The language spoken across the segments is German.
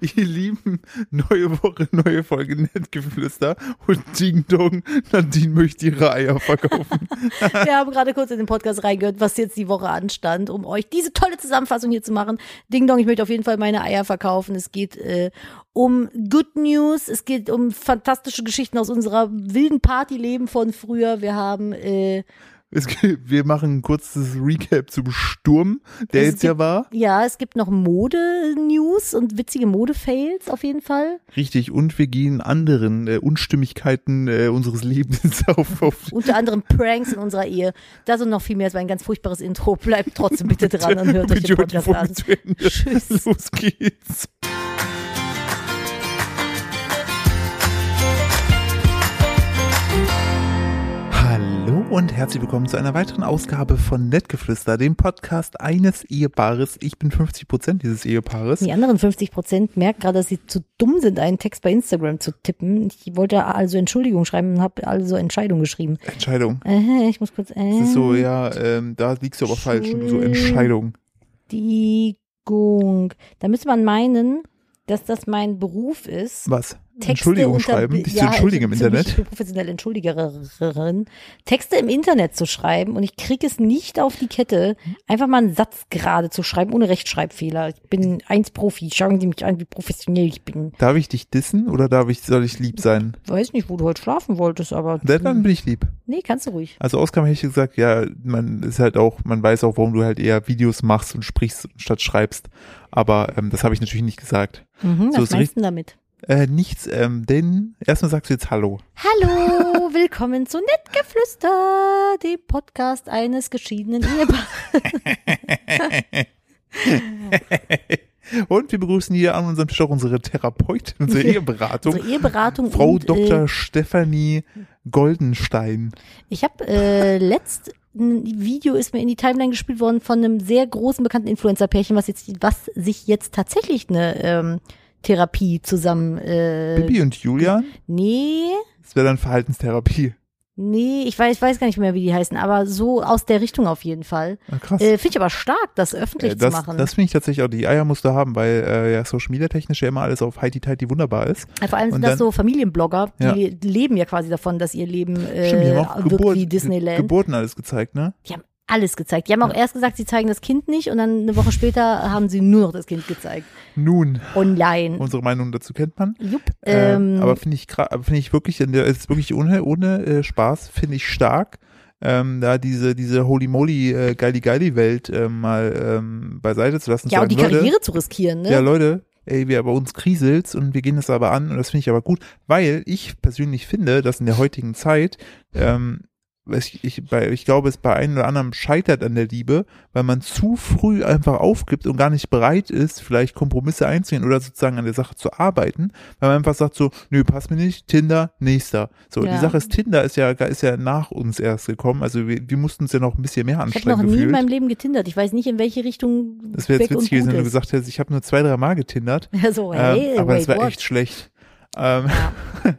Ihr Lieben, neue Woche, neue Folge Nettgeflüster und Ding Dong, Nadine möchte ihre Eier verkaufen. Wir haben gerade kurz in den Podcast reingehört, was jetzt die Woche anstand, um euch diese tolle Zusammenfassung hier zu machen. Ding Dong, ich möchte auf jeden Fall meine Eier verkaufen. Es geht äh, um Good News, es geht um fantastische Geschichten aus unserer wilden Partyleben von früher. Wir haben äh, Es, gibt- wir machen ein kurzes Recap zum Sturm, der Es jetzt ja gibt- war. ja, es gibt noch Mode-News und witzige Mode-Fails auf jeden Fall. Richtig, und wir gehen anderen äh, Unstimmigkeiten äh, unseres Lebens auf, auf Unter anderem Pranks in unserer Ehe. Das und noch viel mehr. Es war ein ganz furchtbares Intro. Bleibt trotzdem bitte dran und hört euch mit den Jörg die Podcast Folge an. zu Ende. Tschüss. Los geht's. Hallo und herzlich willkommen zu einer weiteren Ausgabe von Nettgeflüster, dem Podcast eines Ehepaares. Ich bin 50 Prozent dieses Ehepaares. Die anderen 50 Prozent merken gerade, dass sie zu dumm sind, einen Text bei Instagram zu tippen. Ich wollte also Entschuldigung schreiben und habe also Entscheidung geschrieben. Entscheidung. Äh, ich muss kurz. Äh, Das ist so, ja, ähm, da liegst du aber falsch. So Entscheidung. Entschuldigung. Da müsste man meinen, dass das mein Beruf ist. Was? Texte Entschuldigung unter- schreiben, dich zu Ja, entschuldigen im also für mich, Ich Internet. bin professionelle Entschuldigerin. Texte im Internet zu schreiben und ich kriege es nicht auf die Kette, einfach mal einen Satz gerade zu schreiben ohne Rechtschreibfehler. Ich bin eins Profi. Schauen Sie mich an, wie professionell ich bin. Darf ich dich dissen oder darf ich, soll ich lieb sein? Weiß nicht, wo du heute schlafen wolltest, aber. Dann dann bin ich lieb. Nee, kannst du ruhig. Also Ausgaben hätte ich gesagt, ja, man ist halt auch, man weiß auch, warum du halt eher Videos machst und sprichst statt schreibst. Aber ähm, das habe ich natürlich nicht gesagt. Mhm, So was ist meinst du denn damit? Äh, nichts, ähm, denn erstmal sagst du jetzt Hallo. Hallo, willkommen zu Nettgeflüster, dem Podcast eines geschiedenen Ehepaares. Und wir begrüßen hier an unserem Tisch auch unsere Therapeutin, unsere Eheberatung, Unsere also Eheberatung. Frau und, äh, Dr. Stefanie Goldenstein. Ich habe äh, letzt ein Video ist mir in die Timeline gespielt worden von einem sehr großen bekannten Influencer-Pärchen, was jetzt, was sich jetzt tatsächlich eine ähm, Therapie zusammen. Äh, Bibi und Julian, nee, das wäre dann Verhaltenstherapie. nee, ich weiß, ich weiß gar nicht mehr, wie die heißen, aber so aus der Richtung auf jeden Fall. Ah, krass. Äh, Finde ich aber stark, das öffentlich Äh, das, zu machen. das finde ich tatsächlich auch, die Eier musst du haben, weil äh, ja Social Media technisch ja immer alles auf Heidi Tighty wunderbar ist. Vor allem und sind das dann- so Familienblogger, die leben ja quasi davon, dass ihr Leben äh, Stimmt, die haben auch wirkt Geburt, wie Disneyland. Geburten alles gezeigt, ne? die haben alles gezeigt. Die haben auch erst gesagt, sie zeigen das Kind nicht und dann eine Woche später haben sie nur noch das Kind gezeigt. Nun, Online. unsere Meinung dazu kennt man. Jupp, ähm, ähm, aber finde ich gra- aber finde ich wirklich, in der- es ist wirklich ohne, ohne äh, Spaß, finde ich stark, ähm, da diese, diese Holy Moly äh, Geili Geili Welt äh, mal ähm, beiseite zu lassen. ja, zu und die sagen, Leute, Karriere zu riskieren, ne? Ja, Leute, ey, wir bei uns kriselt's und wir gehen das aber an und das finde ich aber gut, weil ich persönlich finde, dass in der heutigen Zeit, ähm, weiß ich, ich, bei, ich glaube, es bei einem oder anderen scheitert an der Liebe, weil man zu früh einfach aufgibt und gar nicht bereit ist, vielleicht Kompromisse einzugehen oder sozusagen an der Sache zu arbeiten, weil man einfach sagt so, nö, passt mir nicht, Tinder, nächster. So, Ja. die Sache ist, Tinder ist ja, ist ja nach uns erst gekommen, also wir, wir mussten uns ja noch ein bisschen mehr ich habe noch anstrengen nie in gefühlt. meinem Leben getindert. Ich weiß nicht, in welche Richtung Das wäre jetzt Beck und witzig gewesen, wenn du gut ist. gesagt hättest, ich habe nur zwei, drei Mal getindert. Ja, so, Oh, hey, ähm, aber wait, es war what? echt schlecht. Ähm, Ja.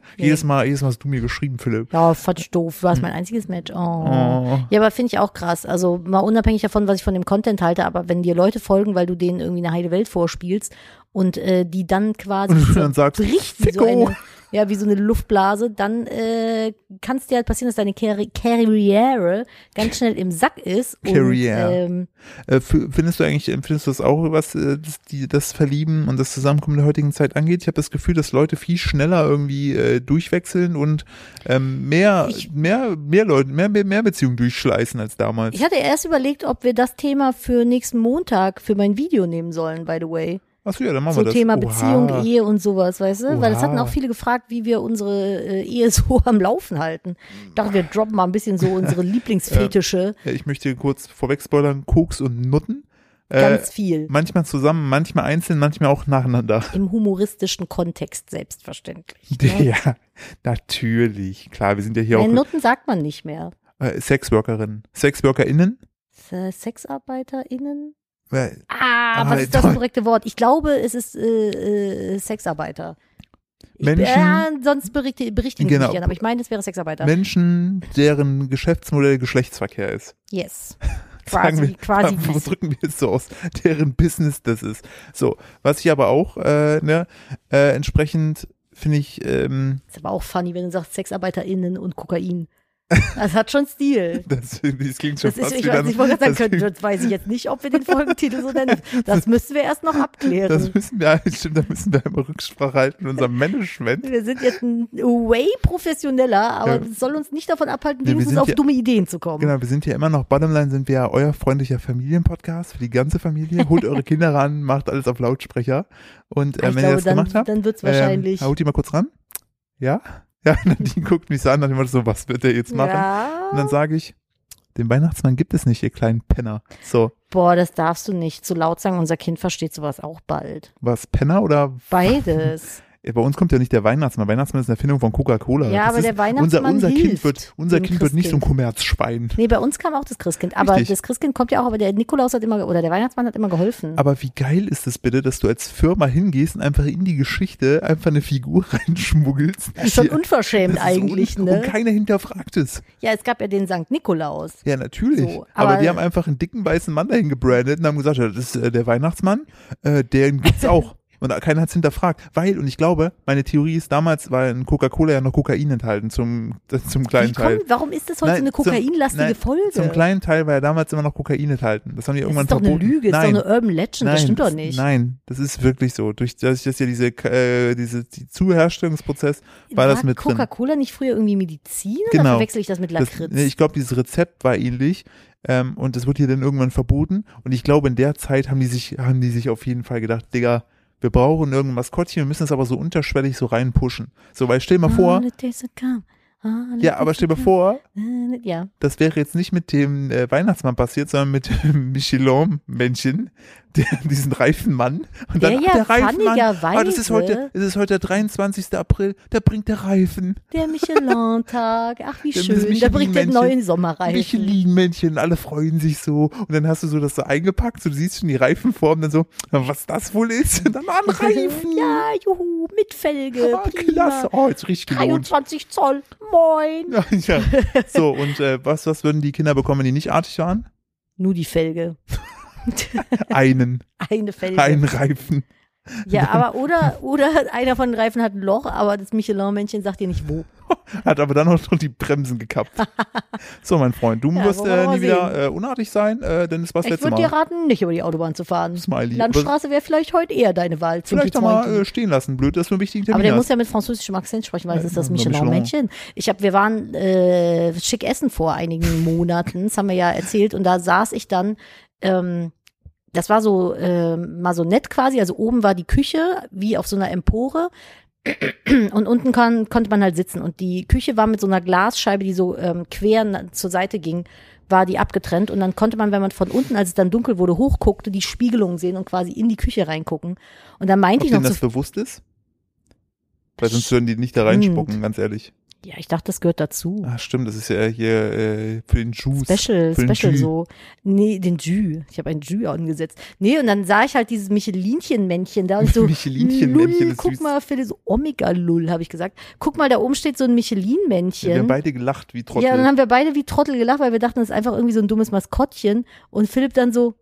jedes, Mal, jedes Mal hast du mir geschrieben, Philipp. ja, fand ich doof. War es mein einziges Match. Oh. Oh. Ja, aber finde ich auch krass. Also mal unabhängig davon, was ich von dem Content halte, aber wenn dir Leute folgen, weil du denen irgendwie eine heile Welt vorspielst und äh, die dann quasi Und du so dann sagst, bricht wie so Ficko. eine, ja, wie so eine Luftblase, dann äh, kann es dir halt passieren, dass deine Karri- Karriere ganz schnell im Sack ist. Karriere. Und, ähm, Äh, f- findest du eigentlich, empfindest du das auch, was äh, das, die, das Verlieben und das Zusammenkommen der heutigen Zeit angeht? Ich habe das Gefühl, dass Leute viel schneller irgendwie äh, durchwechseln und ähm, mehr, Ich- mehr, mehr Leute, mehr, mehr, mehr Beziehungen durchschleißen als damals. Ich hatte erst überlegt, ob wir das Thema für nächsten Montag für mein Video nehmen sollen, by the way. Achso, ja, dann machen So wir das. Thema Oha. Beziehung, Ehe und sowas, weißt du? Weil es hatten Oha. auch viele gefragt, wie wir unsere äh, Ehe so am Laufen halten. Ich dachte, wir droppen mal ein bisschen so unsere Lieblingsfetische. Ja, Ich möchte kurz vorweg spoilern, Koks und Nutten. Äh, Ganz viel. manchmal zusammen, manchmal einzeln, manchmal auch nacheinander. Im humoristischen Kontext selbstverständlich. Ne? Ja, natürlich. Klar, wir sind ja hier Nein, auch Nutten sagt man nicht mehr. äh, Sexworkerinnen. SexworkerInnen? Se- SexarbeiterInnen? Äh, Ah, Ah, was ist das toll. korrekte Wort? Ich glaube, es ist äh, äh, Sexarbeiter. Ich- Menschen- Ja, sonst berichte, berichte mich Genau. nicht gern, aber ich meine, es wäre Sexarbeiter. Menschen, deren Geschäftsmodell Geschlechtsverkehr ist. Yes. Quasi, sagen wir, quasi Dann Wissen. drücken wir es so aus, deren Business das ist. So, was ich aber auch, äh, ne, äh, entsprechend finde ich, ähm, Ist aber auch funny, wenn du sagst SexarbeiterInnen und Kokain. Das hat schon Stil. das, das klingt schon Das ist, fast ich wie weiß dann, nicht, wollte gerade das, sagen, können, das weiß ich jetzt nicht, ob wir den Folgentitel so nennen. Das müssen wir erst noch das abklären. müssen wir, stimmt, da müssen wir immer Rücksprache halten mit unserem Management. Wir sind jetzt ein way professioneller, aber Ja. das soll uns nicht davon abhalten, Nee, wir wenigstens sind auf ja- dumme Ideen zu kommen. Genau, wir sind ja immer noch, Bottomline sind wir ja euer freundlicher Familienpodcast für die ganze Familie. Holt eure Kinder ran, macht alles auf Lautsprecher. Und äh, Ah, ich wenn ihr glaube, das dann, gemacht habt, dann wird es ähm, wahrscheinlich. holt die mal kurz ran. Ja? Ja, Nadine guckt mich so an, dann so, was wird der jetzt machen? ja. Und dann sage ich, den Weihnachtsmann gibt es nicht, ihr kleinen Penner. So, Boah, das darfst du nicht zu laut sagen. Unser Kind versteht sowas auch bald. was Penner oder Beides. Ja, bei uns kommt ja nicht der Weihnachtsmann. Weihnachtsmann ist eine Erfindung von Coca-Cola. Ja, Das aber ist, der Weihnachtsmann unser, unser Kind hilft wird unser dem Kind wird nicht so ein Christkind. Kommerzschwein. Nee, bei uns kam auch das Christkind. Aber Richtig. das Christkind kommt ja auch, aber der Nikolaus hat immer, oder der Weihnachtsmann hat immer geholfen. Aber wie geil ist es bitte, dass du als Firma hingehst und einfach in die Geschichte einfach eine Figur reinschmuggelst? Das ist schon die- unverschämt das ist eigentlich, un ne? Und keiner hinterfragt es. Ja, es gab ja den Sankt Nikolaus. Ja, natürlich. So, aber, aber- die haben einfach einen dicken weißen Mann dahin gebrandet und haben gesagt, ja, das ist äh, der Weihnachtsmann, äh, den gibt's auch. Und keiner hat's hinterfragt, weil, und ich glaube, meine Theorie ist, damals war in Coca-Cola ja noch Kokain enthalten zum, zum kleinen Wie Teil. kommt, warum ist das heute Nein, so eine zum- kokainlastige nein, Folge? Zum kleinen Teil war ja damals immer noch Kokain enthalten. Das haben die das irgendwann ist doch eine verboten. Lüge, das nein. ist doch eine Urban Legend, Nein, das stimmt doch das- nicht. Nein, das ist wirklich so. Durch dass ich das ja diese, äh, diese die Zuherstellungsprozess war das mit drin. Coca-Cola nicht früher irgendwie Medizin oder Genau. verwechsel ich das mit Das, Lakritz? nee, ich glaube, dieses Rezept war ähnlich ähm, und das wurde hier dann irgendwann verboten. Und ich glaube, in der Zeit haben die sich, haben die sich auf jeden Fall gedacht, Digga, wir brauchen irgendein Maskottchen, wir müssen es aber so unterschwellig so reinpushen. So, weil stell mal vor, All the days that come, all the ja, aber days stell mal that vor, come. Ja, das wäre jetzt nicht mit dem äh, Weihnachtsmann passiert, sondern mit dem Michelin-Männchen, der diesen reifen Mann. Und dann Der ach, ja der Reifenmann. Ah, das ist heute, pfannigerweise- es ist heute der 23. April, da bringt der Reifen. der Michelin-Tag, ach wie Der schön, da bringt den Michelin-Männchen. neuen Sommer rein. Michelin-Männchen, alle freuen sich so. Und dann hast du so das so eingepackt, so, du siehst schon die Reifenform, dann so, na, was das wohl ist. Und dann ah, ein Reifen. Ja, juhu, mit Felge, ah, prima. klasse. Oh, jetzt richtig gelohnt. 23 Zoll, moin. Ja, ja. So, und äh, was, was würden die Kinder bekommen, wenn die nicht artig waren? Nur die Felge. Einen, Eine Felge. einen Reifen. Ja, aber oder, oder einer von den Reifen hat ein Loch, aber das Michelin-Männchen sagt dir nicht wo. Hat aber dann auch noch die Bremsen gekappt. So, mein Freund, du Ja, wirst wollen wir äh, mal nie wieder äh, unartig sein, äh, denn es war das Ich letzte würde dir Mal. raten, nicht über die Autobahn zu fahren. Smiley. Landstraße wäre vielleicht heute eher deine Wahl. Zwinki Vielleicht doch mal Zwonki. äh, stehen lassen. Blöd, dass du einen wichtigen Termin aber der hast. muss ja mit französischem Akzent sprechen, weil es Äh, ist das nur Michelin-Männchen. Ich habe, wir waren äh, schick essen vor einigen Monaten, das haben wir ja erzählt, und da saß ich dann. Ähm, das war so ähm, mal so nett quasi. Also oben war die Küche wie auf so einer Empore und unten kann, konnte man halt sitzen. Und die Küche war mit so einer Glasscheibe, die so ähm, quer na- zur Seite ging, war die abgetrennt. Und dann konnte man, wenn man von unten, als es dann dunkel wurde, hochguckte, die Spiegelung sehen und quasi in die Küche reingucken. Und dann meinte Ob ich noch denen zu das bewusst ist? Weil sonst würden die nicht da reinspucken, ganz ehrlich. Ja, ich dachte, das gehört dazu. Ah, stimmt, das ist ja hier äh, für den Juice. Oh. Special, für den Special Jus. so. Nee, den Jü. Ich habe einen Jü angesetzt. Nee, und dann sah ich halt dieses Michelinchen-Männchen da und ich so. Michelinchen-Männchen Lull, ist also guck süß. mal, Phil, so Omega-Lull, habe ich gesagt. Guck mal, da oben steht so ein Wir haben Michelin-Männchen. beide gelacht wie Trottel. Ja, dann haben wir beide wie Trottel gelacht, weil wir dachten, das ist einfach irgendwie so ein dummes Maskottchen. Und Philipp dann so,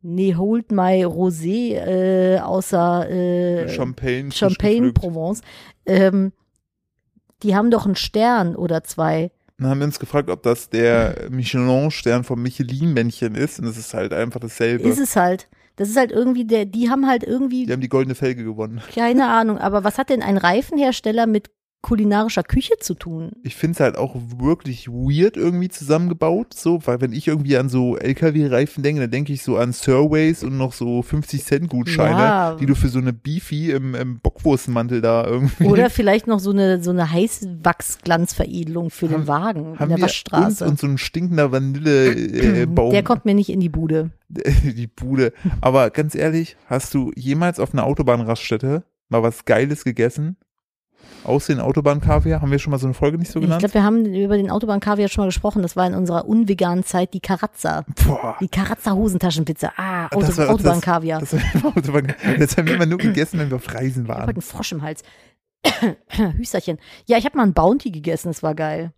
nee, hold my Rosé äh, außer äh, Champagne. Champagne zwischengepflückt. Provence. Ähm, die haben doch einen Stern oder zwei. Dann haben wir uns gefragt, ob das der Michelin-Stern vom Michelin-Männchen ist. Und es ist halt einfach dasselbe. Ist es halt. Das ist halt irgendwie der, die haben halt irgendwie, die haben die goldene Felge gewonnen. keine Ahnung, aber was hat denn ein Reifenhersteller mit kulinarischer Küche zu tun? Ich finde es halt auch wirklich weird irgendwie zusammengebaut, so, weil wenn ich irgendwie an so LKW-Reifen denke, dann denke ich so an Surveys und noch so 50-Cent-Gutscheine, Ja. die du für so eine Beefy im, im Bockwurstmantel da irgendwie. Oder vielleicht noch so eine, so eine Heißwachsglanzveredelung für den Haben- Wagen in haben der wir uns Waschstraße. und so ein stinkender Vanillebaum äh, Baum, der kommt mir nicht in die Bude. die Bude. Aber ganz ehrlich, hast du jemals auf einer Autobahnraststätte mal was Geiles gegessen? Aus den Autobahnkaviar? Haben wir schon mal so eine Folge nicht so Ich genannt? glaube, wir haben über den Autobahnkaviar schon mal gesprochen. Das war in unserer unveganen Zeit die Karazza. Boah. Die Karazza-Hosentaschenpizza. Ah, Auto, Das war- das- Autobahnkaviar. Das, war- Autobahn, das haben wir immer nur gegessen, wenn wir auf Reisen ich habe heute waren. einen Frosch im Hals. Hüsterchen. Ja, ich habe mal ein Bounty gegessen. Das war geil.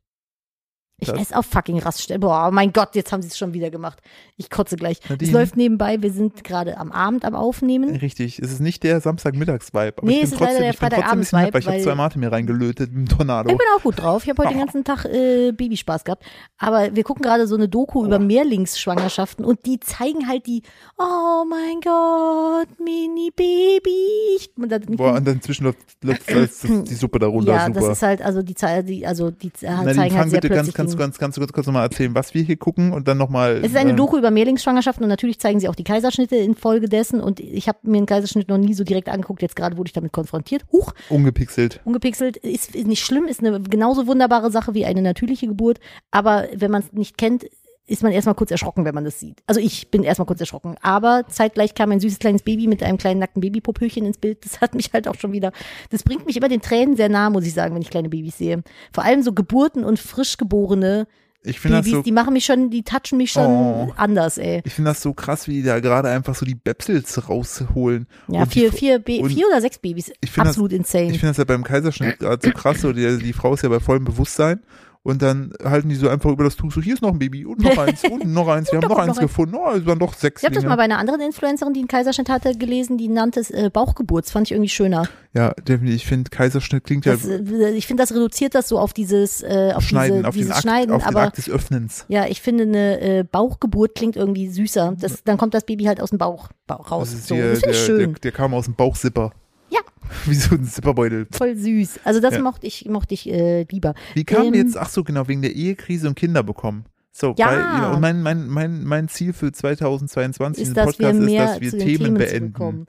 Ich Das- esse auf fucking Raststätten. Boah, oh mein Gott, jetzt haben sie es schon wieder gemacht. Ich kotze gleich. Nadine. Es läuft nebenbei, wir sind gerade am Abend am Aufnehmen. Richtig, es ist nicht der Samstagmittags-Vibe. Aber Hm? Nee, ich bin es ist leider trotzdem, der ich bin trotzdem ein bisschen Freitagabends-Vibe, hyper. Ich habe weil- zwei Mate mir reingelötet im Tornado. Ich bin auch gut drauf. Ich habe heute den ganzen Tag äh, Babyspaß gehabt. Aber wir gucken gerade so eine Doku über Mehrlingsschwangerschaften und die zeigen halt die, oh mein Gott, Mini-Baby. Ich- und da- Boah, und dann zwischendurch läuft läuft die Suppe darunter. ja, super. das ist halt, also die, zei- die, also die ze- Nadine, zeigen fang halt sehr bitte ganz, plötzlich ganz, den- ganz, ganz kurz, kurz nochmal erzählen, was wir hier gucken und dann äh, nochmal. Es ist eine Doku über Mehrlingsschwangerschaften und natürlich zeigen sie auch die Kaiserschnitte infolgedessen. Und ich habe mir einen Kaiserschnitt noch nie so direkt angeguckt. Jetzt gerade wurde ich damit konfrontiert. Huch, Ungepixelt. ungepixelt ist, ist nicht schlimm, ist eine genauso wunderbare Sache wie eine natürliche Geburt. Aber wenn man es nicht kennt, ist man erstmal kurz erschrocken, wenn man das sieht. Also ich bin erstmal kurz erschrocken. Aber zeitgleich kam ein süßes kleines Baby mit einem kleinen nackten Babypopöchen ins Bild. Das hat mich halt auch schon wieder, das bringt mich immer den Tränen sehr nah, muss ich sagen, wenn ich kleine Babys sehe. Vor allem so Geburten und Frischgeborene Ich finde das Babys, so. die machen mich schon, die touchen mich schon Oh. anders, ey. Ich finde das so krass, wie die da gerade einfach so die Bäpsels rausholen. Ja, Und vier, die, vier, Ba- und- vier oder sechs Babys. Ich find das- Absolut insane. Ich finde das ja beim Kaiserschnitt gerade so krass, so die, die Frau ist ja bei vollem Bewusstsein und dann halten die so einfach über das Tuch so, hier ist noch ein Baby und noch eins und noch eins, wir haben da noch kommt eins noch eins. gefunden, oh, es waren doch sechs. Ich habe das Dinge. mal bei einer anderen Influencerin, die einen Kaiserschnitt hatte, gelesen, die nannte es äh, Bauchgeburt. Das fand ich irgendwie schöner. ja, definitiv, ich finde Kaiserschnitt klingt ja Das, äh, ich finde, das reduziert das so auf dieses äh, auf Schneiden, diese, auf dieses den Akt, Schneiden. auf den aber Akt des Öffnens. ja, ich finde, eine äh, Bauchgeburt klingt irgendwie süßer. Das, dann kommt das Baby halt aus dem Bauch, Bauch raus. Das ist so. hier, das der, finde ich der, schön. der kam aus dem Bauchzipper. Ja. Wie so ein Zipperbeutel. Voll süß. Also das Ja. mochte ich, mochte ich äh, lieber. Wie kam Ähm, jetzt, ach so, genau, wegen der Ehekrise und Kinder bekommen. So, Ja. weil, genau, und mein, mein, mein, mein Ziel für 2022 Ist, im dass wir Podcast ist, mehr dass wir zu den Themen, beenden. zurückkommen.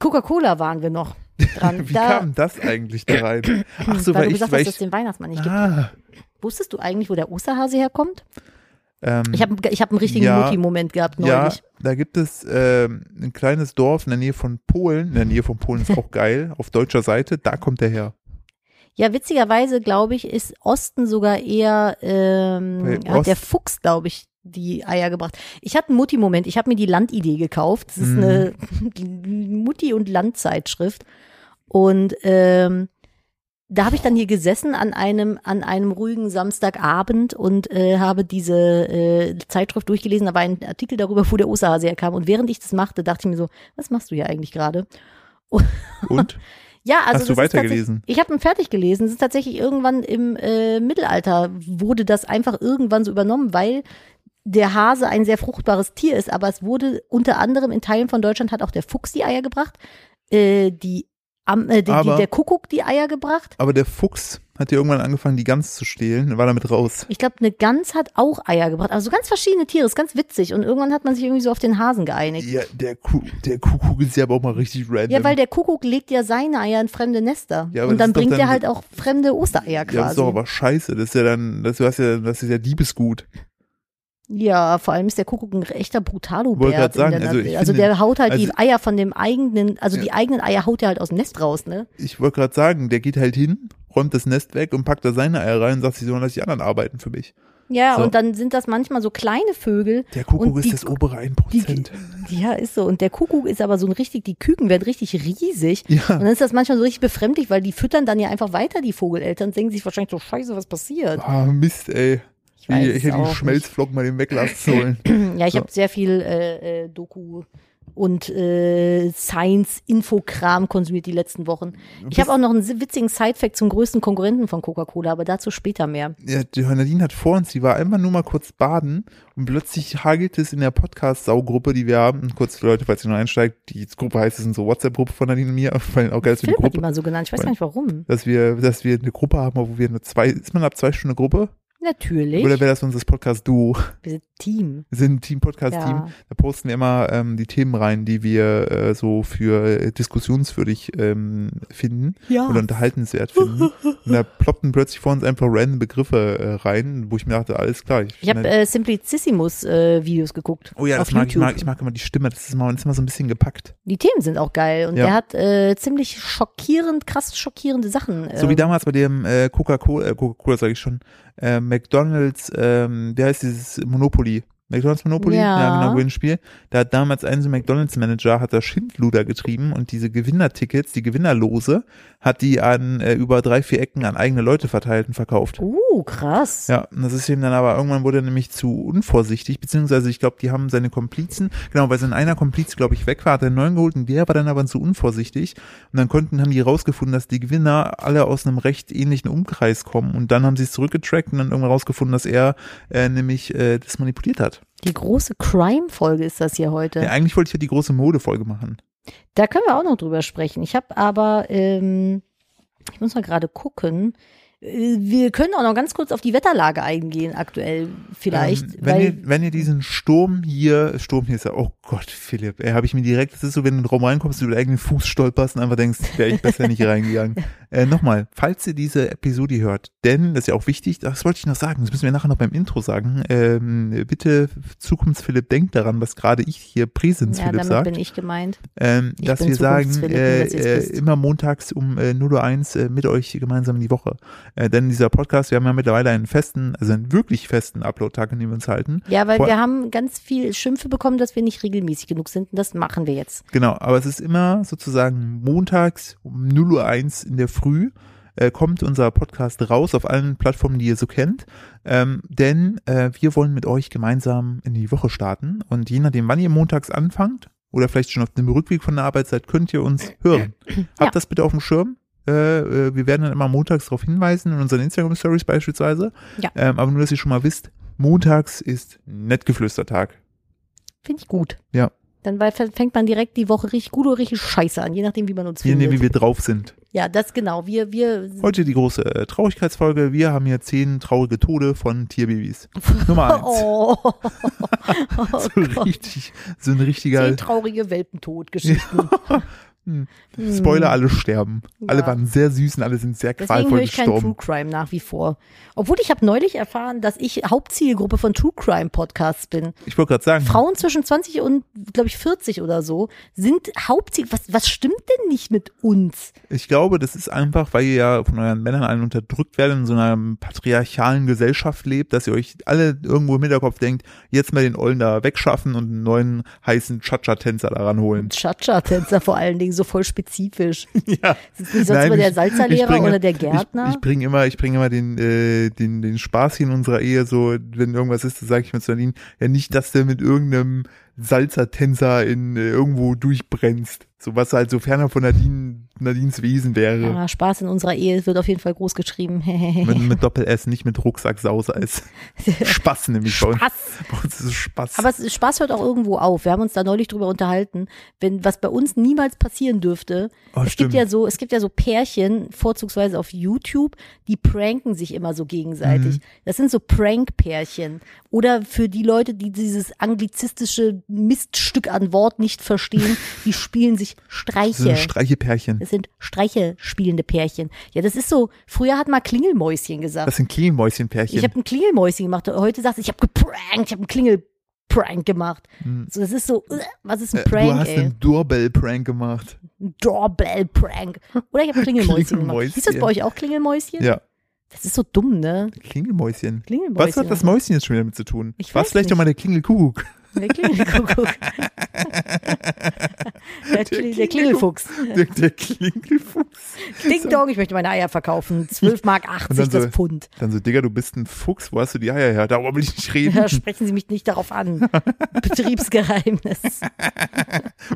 Coca-Cola waren wir noch dran. Wie da, kam das eigentlich da rein? Ach so, weil, weil du ich, gesagt weil hast, dass es ich, den Weihnachtsmann nicht gibt. ah, Wusstest du eigentlich, wo der Osterhase herkommt? ähm, Ich habe ich hab einen richtigen Ja. Mutti-Moment gehabt ja, neulich. da gibt es ähm, ein kleines Dorf in der Nähe von Polen. In der Nähe von Polen ist auch geil. Auf deutscher Seite, da kommt der her. Ja, witzigerweise, glaube ich, ist Osten sogar eher, ähm, Bei hat der Ost- Fuchs, glaube ich, die Eier gebracht. Ich hatte einen Mutti-Moment. Ich habe mir die Landidee gekauft. Das ist Mhm. eine Mutti- und Landzeitschrift. Und ähm, da habe ich dann hier gesessen an einem, an einem ruhigen Samstagabend und äh, habe diese äh, Zeitschrift durchgelesen. Da war ein Artikel darüber, wo der Osterhase herkam. Und während ich das machte, dachte ich mir so, was machst du hier eigentlich gerade? Und? Ja, also Hast du das ist tatsächlich- weitergelesen? Ich habe ihn fertig gelesen. Es ist tatsächlich irgendwann im äh, Mittelalter wurde das einfach irgendwann so übernommen, weil der Hase ein sehr fruchtbares Tier ist. Aber es wurde unter anderem in Teilen von Deutschland hat auch der Fuchs die Eier gebracht, äh, die, Am äh, die, die Aber- der Kuckuck die Eier gebracht. Aber der Fuchs hat ja irgendwann angefangen, die Gans zu stehlen, war damit raus. Ich glaube, eine Gans hat auch Eier gebracht. Also ganz verschiedene Tiere, ist ganz witzig. Und irgendwann hat man sich irgendwie so auf den Hasen geeinigt. Ja, der, Ku der Kuckuck ist ja aber auch mal richtig random. Ja, weil der Kuckuck legt ja seine Eier in fremde Nester. Ja, aber und das dann ist doch bringt er dann- halt auch fremde Ostereier Ja, das ist doch quasi. aber scheiße. Das ist ja dann, das, du hast ja, das ist ja Diebesgut. Ja, vor allem ist der Kuckuck ein echter brutalo Wollte grad Bär. sagen, also ich also finde- der haut halt die also- Eier von dem eigenen, also Ja. die eigenen Eier haut er halt aus dem Nest raus, ne? Ich wollte gerade sagen, der geht halt hin, räumt das Nest weg und packt da seine Eier rein und sagt sich so, lass die anderen arbeiten für mich. Ja, So. und dann sind das manchmal so kleine Vögel. Der Kuckuck Und ist die- das obere 1%. Ja, ist so. Und der Kuckuck ist aber so ein richtig, die Küken werden richtig riesig. Und ja. dann ist das manchmal so richtig befremdlich, weil die füttern dann ja einfach weiter die Vogeleltern, denken sich wahrscheinlich so, scheiße, was passiert? Ah, Mist, ey. Ich, Ich weiß ich es hätte auch die nicht. Schmelzflocken mal den weglassen sollen. Ja, ich So. hab habe sehr viel äh, äh, Doku und äh, Science-Infokram konsumiert die letzten Wochen. Ich habe auch noch einen si- witzigen Sidefact zum größten Konkurrenten von Coca-Cola, aber dazu später mehr. Ja, die Nadine hat vor uns, die war einfach nur mal kurz baden und plötzlich hagelt es in der Podcast-Saugruppe, die wir haben. Und kurz, Leute, falls ihr noch einsteigt, die Gruppe heißt, es ist so WhatsApp-Gruppe von Nadine und mir, weil auch geil ist für die Philipp hat die Gruppe, mal so genannt, ich weiß Weil- gar nicht warum. dass wir, dass wir eine Gruppe haben, wo wir eine zwei, ist man ab zwei Stunden eine Gruppe? Natürlich. Oder wäre das unser Podcast-Duo? Wir sind Team. Wir sind ein Team-Podcast-Team. Ja. Da posten wir immer ähm, die Themen rein, die wir äh, so für äh, diskussionswürdig ähm, finden Ja. oder unterhaltenswert finden. Und da ploppten plötzlich vor uns einfach random Begriffe äh, rein, wo ich halt mir dachte, alles klar. Ich habe äh, Simplicissimus-Videos geguckt. Oh ja, auf das mag ich, YouTube. mag, ich mag immer die Stimme, das ist immer, das ist immer so ein bisschen gepackt. Die Themen sind auch geil und Ja. der hat äh, ziemlich schockierend, krass schockierende Sachen. So wie ähm, damals bei dem äh, Coca-Cola, äh, Coca-Cola sage ich schon, äh, McDonalds, ähm, wie heißt dieses Monopoly? McDonalds Monopoly? Ja. genau, Gewinnspiel. Da hat damals ein so ein McDonalds-Manager, hat da Schindluder getrieben und diese Gewinnertickets, die Gewinnerlose, hat die an äh, über drei, vier Ecken an eigene Leute verteilt und verkauft. Uh, Oh, krass. Ja, und das ist ihm dann aber irgendwann wurde er nämlich zu unvorsichtig, beziehungsweise ich glaube, die haben seine Komplizen, genau, weil sein einer Kompliz, glaube ich, weg war, hat er einen neuen geholt und der war dann aber zu unvorsichtig. Und dann konnten, haben die rausgefunden, dass die Gewinner alle aus einem recht ähnlichen Umkreis kommen und dann haben sie es zurückgetrackt und dann irgendwann rausgefunden, dass er äh, nämlich äh, das manipuliert hat. Die große Crime-Folge ist das hier heute. Ja, eigentlich wollte ich ja die große Modefolge machen. Da können wir auch noch drüber sprechen. Ich habe aber, ähm, ich muss mal gerade gucken. Äh, Wir können auch noch ganz kurz auf die Wetterlage eingehen, aktuell vielleicht. Ähm, wenn, weil, ihr, wenn ihr diesen Sturm hier, Sturm hier ist ja, oh Gott, Philipp, ey, habe ich mir direkt, das ist so, wenn du in den Raum reinkommst, du über deinen eigenen Fuß stolperst und einfach denkst, wäre ich besser nicht reingegangen. Äh, Nochmal, falls ihr diese Episode hört, denn, das ist ja auch wichtig, das wollte ich noch sagen, das müssen wir nachher noch beim Intro sagen, ähm, bitte Zukunftsphilipp, denkt daran, was gerade ich hier ja, Präsens-Philipp damit sagt. bin ich gemeint. Ähm, Ich dass bin wir sagen, Zukunftsphilipp, äh, nur dass ihr's äh, wisst. immer montags um äh, 0.01 Uhr äh, mit euch gemeinsam in die Woche. Äh, denn dieser Podcast, wir haben ja mittlerweile einen festen, also einen wirklich festen Upload-Tag, an dem wir uns halten. Ja, weil Vor- wir haben ganz viel Schimpfe bekommen, dass wir nicht regelmäßig genug sind. Und das machen wir jetzt. Genau, aber es ist immer sozusagen montags um 0.01 Uhr in der Früh äh, kommt unser Podcast raus auf allen Plattformen, die ihr so kennt. Ähm, denn äh, wir wollen mit euch gemeinsam in die Woche starten. Und je nachdem, wann ihr montags anfangt oder vielleicht schon auf dem Rückweg von der Arbeit seid, könnt ihr uns hören. Habt Ja. das bitte auf dem Schirm. Äh, äh, wir werden dann immer montags darauf hinweisen, in unseren Instagram-Stories beispielsweise. Ja. Ähm, aber nur, dass ihr schon mal wisst, montags ist Nettgeflüstertag. Finde ich gut. Ja. Dann weil fängt man direkt die Woche richtig gut oder richtig scheiße an, je nachdem, wie man uns Je nachdem, findet. wie wir drauf sind. ja, das genau. Wir, wir, Heute die große äh, Traurigkeitsfolge. Wir haben hier zehn traurige Tode von Tierbabys. Nummer eins. oh, so, richtig, so ein richtiger zehn traurige Welpentodgeschichten. Spoiler, alle sterben. Alle Hm. Ja. waren sehr süß und alle sind sehr Deswegen höre qualvoll ich keinen True gestorben. Crime nach wie vor. Obwohl ich habe neulich erfahren, dass ich Hauptzielgruppe von True Crime Podcasts bin. Ich wollte gerade sagen, Frauen zwischen 20 und, glaube ich, 40 oder so sind Hauptziel. Was, was stimmt denn nicht mit uns? ich glaube, das ist einfach, weil ihr ja von euren Männern allen unterdrückt werdet, in so einer patriarchalen Gesellschaft lebt, dass ihr euch alle irgendwo im Hinterkopf denkt, jetzt mal den Ollen da wegschaffen und einen neuen heißen Cha-Cha-Tänzer daran holen. Cha-Cha-Tänzer vor allen Dingen, so voll spezifisch. Ja. Sind nicht sonst immer der ich- Salzerlehrer ich bringe- oder der Gärtner? Ich, ich bringe immer, ich bringe immer den, äh, den, den Spaß hier in unserer Ehe so, wenn irgendwas ist, dann sage ich mir zu Nadine, ja nicht, dass du mit irgendeinem Salzertänzer in äh, irgendwo durchbrennst. So was halt so ferner von Nadine, Nadines Wesen wäre. Ah, Spaß in unserer Ehe wird auf jeden Fall groß geschrieben. Mit, mit Doppel-S, nicht mit Rucksack Sauseis. Spaß nämlich bei uns. Spaß. Bei uns ist es Spaß. Aber es, Spaß hört auch irgendwo auf. Wir haben uns da neulich drüber unterhalten, wenn was bei uns niemals passieren dürfte. Oh, es stimmt. gibt ja so, es gibt ja so Pärchen, vorzugsweise auf YouTube, die pranken sich immer so gegenseitig. Das sind so Prank-Pärchen. Oder für die Leute, die dieses anglizistische Miststück an Wort nicht verstehen, die spielen sich so ein Streiche. Streichepärchen. Das sind Streiche spielende Pärchen. Ja, das ist so, früher hat mal Klingelmäuschen gesagt. Das sind Klingelmäuschenpärchen. Ich habe ein Klingelmäuschen gemacht. Heute sagst du, ich habe geprankt, ich habe einen Klingelprank gemacht. So, das ist so, äh, was ist ein Hm. Äh, du Prank, hast ey? einen Doorbell-Prank gemacht. Ein Doorbell-Prank. Oder ich habe Klingelmäuschen gemacht. Hieß das bei euch auch Klingelmäuschen? Ja, Das ist so dumm, ne? Klingelmäuschen. Klingelmäuschen. Was hat das Mäuschen jetzt schon wieder mit zu tun? Ich War es weiß vielleicht nicht. doch mal der Klingelkuckuck? Der Klingelkuckuck. der, Kli- der Klingelfuchs. Der, der Klingelfuchs. Ding Dong, ich möchte meine Eier verkaufen. 12 Mark 80 Und dann so- das Pfund. Dann so, Digga, du bist ein Fuchs, wo hast du die Eier her? Darüber will ich nicht reden. Ja, sprechen Sie mich nicht darauf an. Betriebsgeheimnis.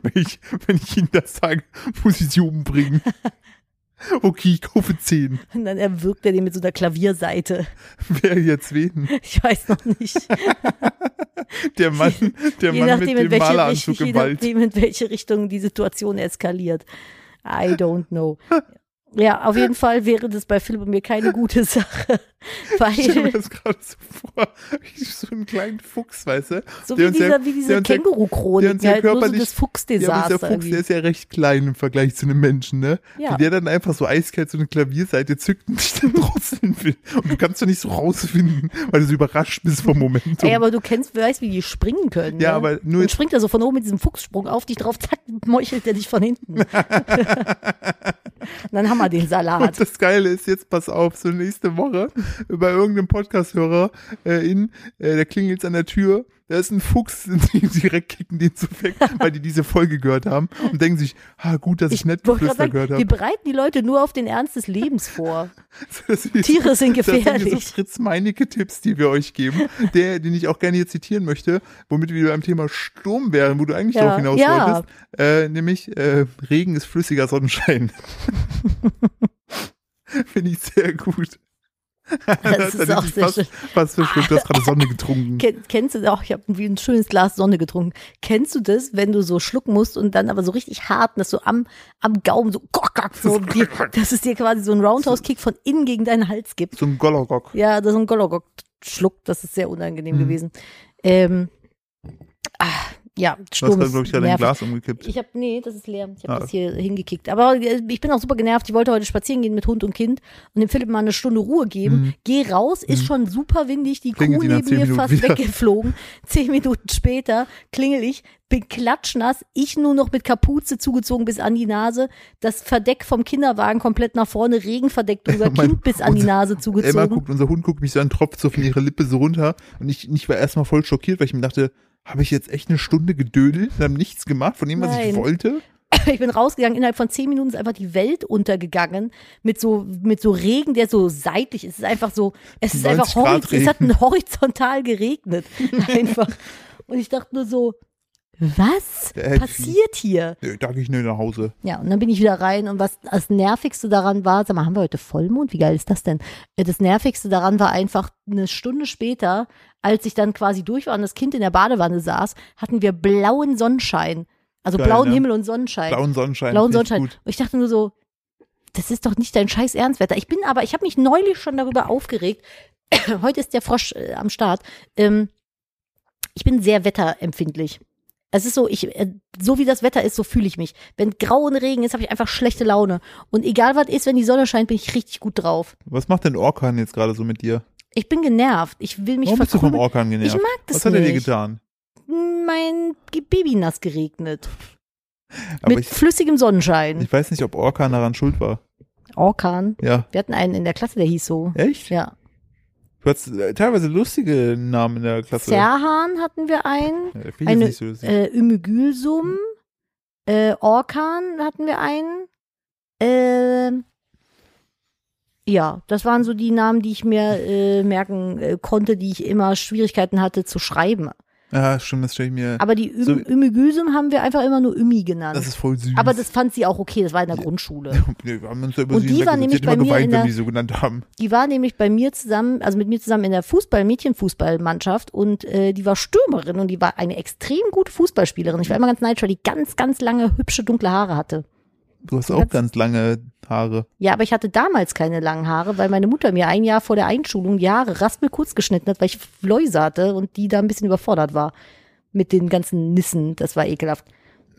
Wenn, ich, wenn ich ihnen das sage, muss ich sie umbringen. Okay, ich kaufe zehn. Und dann erwürgt er den mit so einer Klavierseite. Wer jetzt wen? Ich weiß noch nicht. Der Mann, der Je Mann nachdem, mit in dem welche, Maleranzug Richtung, je im Wald. nachdem, in welche Richtung die Situation eskaliert. I don't know. Ja, auf jeden Fall wäre das bei Philipp und mir keine gute Sache. Ich stelle mir Weil, das gerade so vor, wie so einen kleinen Fuchs, weißt du? so der wie, uns ja- dieser, wie der diese uns ja- der Känguru-Chronik, uns ja halt nur so körperlich- das Ja, aber Fuchsdesaster. dieser Fuchs, der irgendwie. ist ja recht klein im Vergleich zu einem Menschen, ne? Ja. Wenn der dann einfach so eiskalt so eine Klavierseite zückt und dich dann drosseln will. Und du kannst doch nicht so rausfinden, weil du so überrascht bist vom Momentum. Ey, aber du kennst, weißt, wie die springen können. Ja, ne? aber nur Dann jetzt- springt er so von oben mit diesem Fuchssprung auf dich drauf, zack, meuchelt er dich von hinten. Und dann haben wir den Salat. und das Geile ist, jetzt pass auf, so nächste Woche bei irgendeinem Podcast-Hörer äh, in, äh, da klingelt's an der Tür da ist ein Fuchs, die direkt kicken den so weg, weil die diese Folge gehört haben und denken sich, ah, gut, dass ich, ich wollte gerade Nettgeflüster sagen, gehört habe. Wir bereiten die Leute nur auf den Ernst des Lebens vor. Das ist- Tiere sind das sind so gefährlich. Fritz Meinecke-Tipps, die wir euch geben, der, den ich auch gerne hier zitieren möchte, womit wir beim Thema Sturm wären, wo du eigentlich Ja, darauf hinaus ja. wolltest, äh, nämlich äh, Regen ist flüssiger Sonnenschein. Finde ich sehr gut. Das Da ist hat auch sich sehr fast, schön. Ah. fast verschluckt, du hast gerade Sonne getrunken. Ken- Kennst du, auch ich habe ein schönes Glas Sonne getrunken. Kennst du das, wenn du so schlucken musst und dann aber so richtig hart, dass so am, am Gaumen so, kock, kock, so dir, dass es dir quasi so einen Roundhouse-Kick von innen gegen deinen Hals gibt? So ein Gollerok. Ja, das ist ein Gologok-Schluck, das ist sehr unangenehm Mhm. gewesen. Ähm, ah, ja, Du hast Sturm. gerade, ist glaube ich, gerade ein nervig. Glas umgekippt. Ich habe nee, das ist leer. Ich habe Ah. das hier hingekickt. Aber äh, ich bin auch super genervt. Ich wollte heute spazieren gehen mit Hund und Kind und dem Philipp mal eine Stunde Ruhe geben. Mhm. Geh raus, ist Mhm. schon super windig. Die Klingelt Kuh die nach neben zehn mir Minuten fast wieder. weggeflogen. Zehn Minuten später klingel ich, bin klatschnass, ich nur noch mit Kapuze zugezogen bis an die Nase, das Verdeck vom Kinderwagen komplett nach vorne, Regenverdeck drüber, Mein- Kind bis an die unser- Nase Emma zugezogen. guckt, unser Hund guckt mich so an, tropft so von ihrer Lippe so runter. Und ich, ich war erstmal voll schockiert, weil ich mir dachte, habe ich jetzt echt eine Stunde gedödelt und haben nichts gemacht von dem, was Nein. ich wollte? Ich bin rausgegangen, innerhalb von zehn Minuten ist einfach die Welt untergegangen mit so, mit so Regen, der so seitlich ist. Es ist einfach so, es ist einfach 90 Grad horizontal, es hat ein horizontal geregnet. Einfach. Und ich dachte nur so, was Der Elfi. passiert hier? Nö, da gehe ich nur nach Hause. Ja, und dann bin ich wieder rein und was das Nervigste daran war, sag mal, haben wir heute Vollmond? Wie geil ist das denn? Äh, Das Nervigste daran war einfach eine Stunde später, als ich dann quasi durch war und das Kind in der Badewanne saß, hatten wir blauen Sonnenschein. Also Geil, blauen ne? Himmel und Sonnenschein. Blauen Sonnenschein. Blauen finde ich Sonnenschein. Gut. Und ich dachte nur so, das ist doch nicht dein scheiß Ernstwetter. Ich bin aber, ich habe mich neulich schon darüber aufgeregt. Heute ist der Frosch äh, am Start. Ähm, ich bin sehr wetterempfindlich. Es ist so, ich, äh, so wie das Wetter ist, so fühle ich mich. Wenn grau und Regen ist, habe ich einfach schlechte Laune. Und egal was ist, wenn die Sonne scheint, bin ich richtig gut drauf. Was macht denn Orkan jetzt gerade so mit dir? Ich bin genervt. Ich will mich Warum bist du vom verkrümeln. Orkan genervt? Ich mag das was hat er dir nicht. getan? Mein Ge- Baby nass geregnet. Aber mit ich, flüssigem Sonnenschein. ich weiß nicht, ob Orkan daran schuld war. Orkan. Ja. Wir hatten einen in der Klasse, der hieß so. Echt? Ja. Du hast äh, teilweise lustige Namen in der Klasse. Serhan hatten wir einen, Ja, ich finde eine- das nicht so lustig. äh, Ümügülsum, äh, Orkan hatten wir einen. ähm, ja, das waren so die Namen, die ich mir äh, merken äh, konnte, die ich immer Schwierigkeiten hatte zu schreiben. ja, stimmt, das stelle ich mir. Aber die Üm So- Ümügülsum haben wir einfach immer nur Ümi genannt. Das ist voll süß. Aber das fand sie auch okay, das war in der Grundschule. Nee, wir haben uns da über Und sie die hinweg- war sie nämlich hat immer bei mir geweint, in wenn der- die so genannt haben. Die war nämlich bei mir zusammen, also mit mir zusammen in der Fußball-Mädchen-Fußballmannschaft und äh, die war Stürmerin und die war eine extrem gute Fußballspielerin. Ich war immer ganz neidisch, weil die ganz, ganz lange hübsche dunkle Haare hatte. Du hast auch Hat's- ganz lange Haare. Ja, aber ich hatte damals keine langen Haare, weil meine Mutter mir ein Jahr vor der Einschulung die Haare raspel kurz geschnitten hat, weil ich Läuse hatte und die da ein bisschen überfordert war mit den ganzen Nissen. Das war ekelhaft.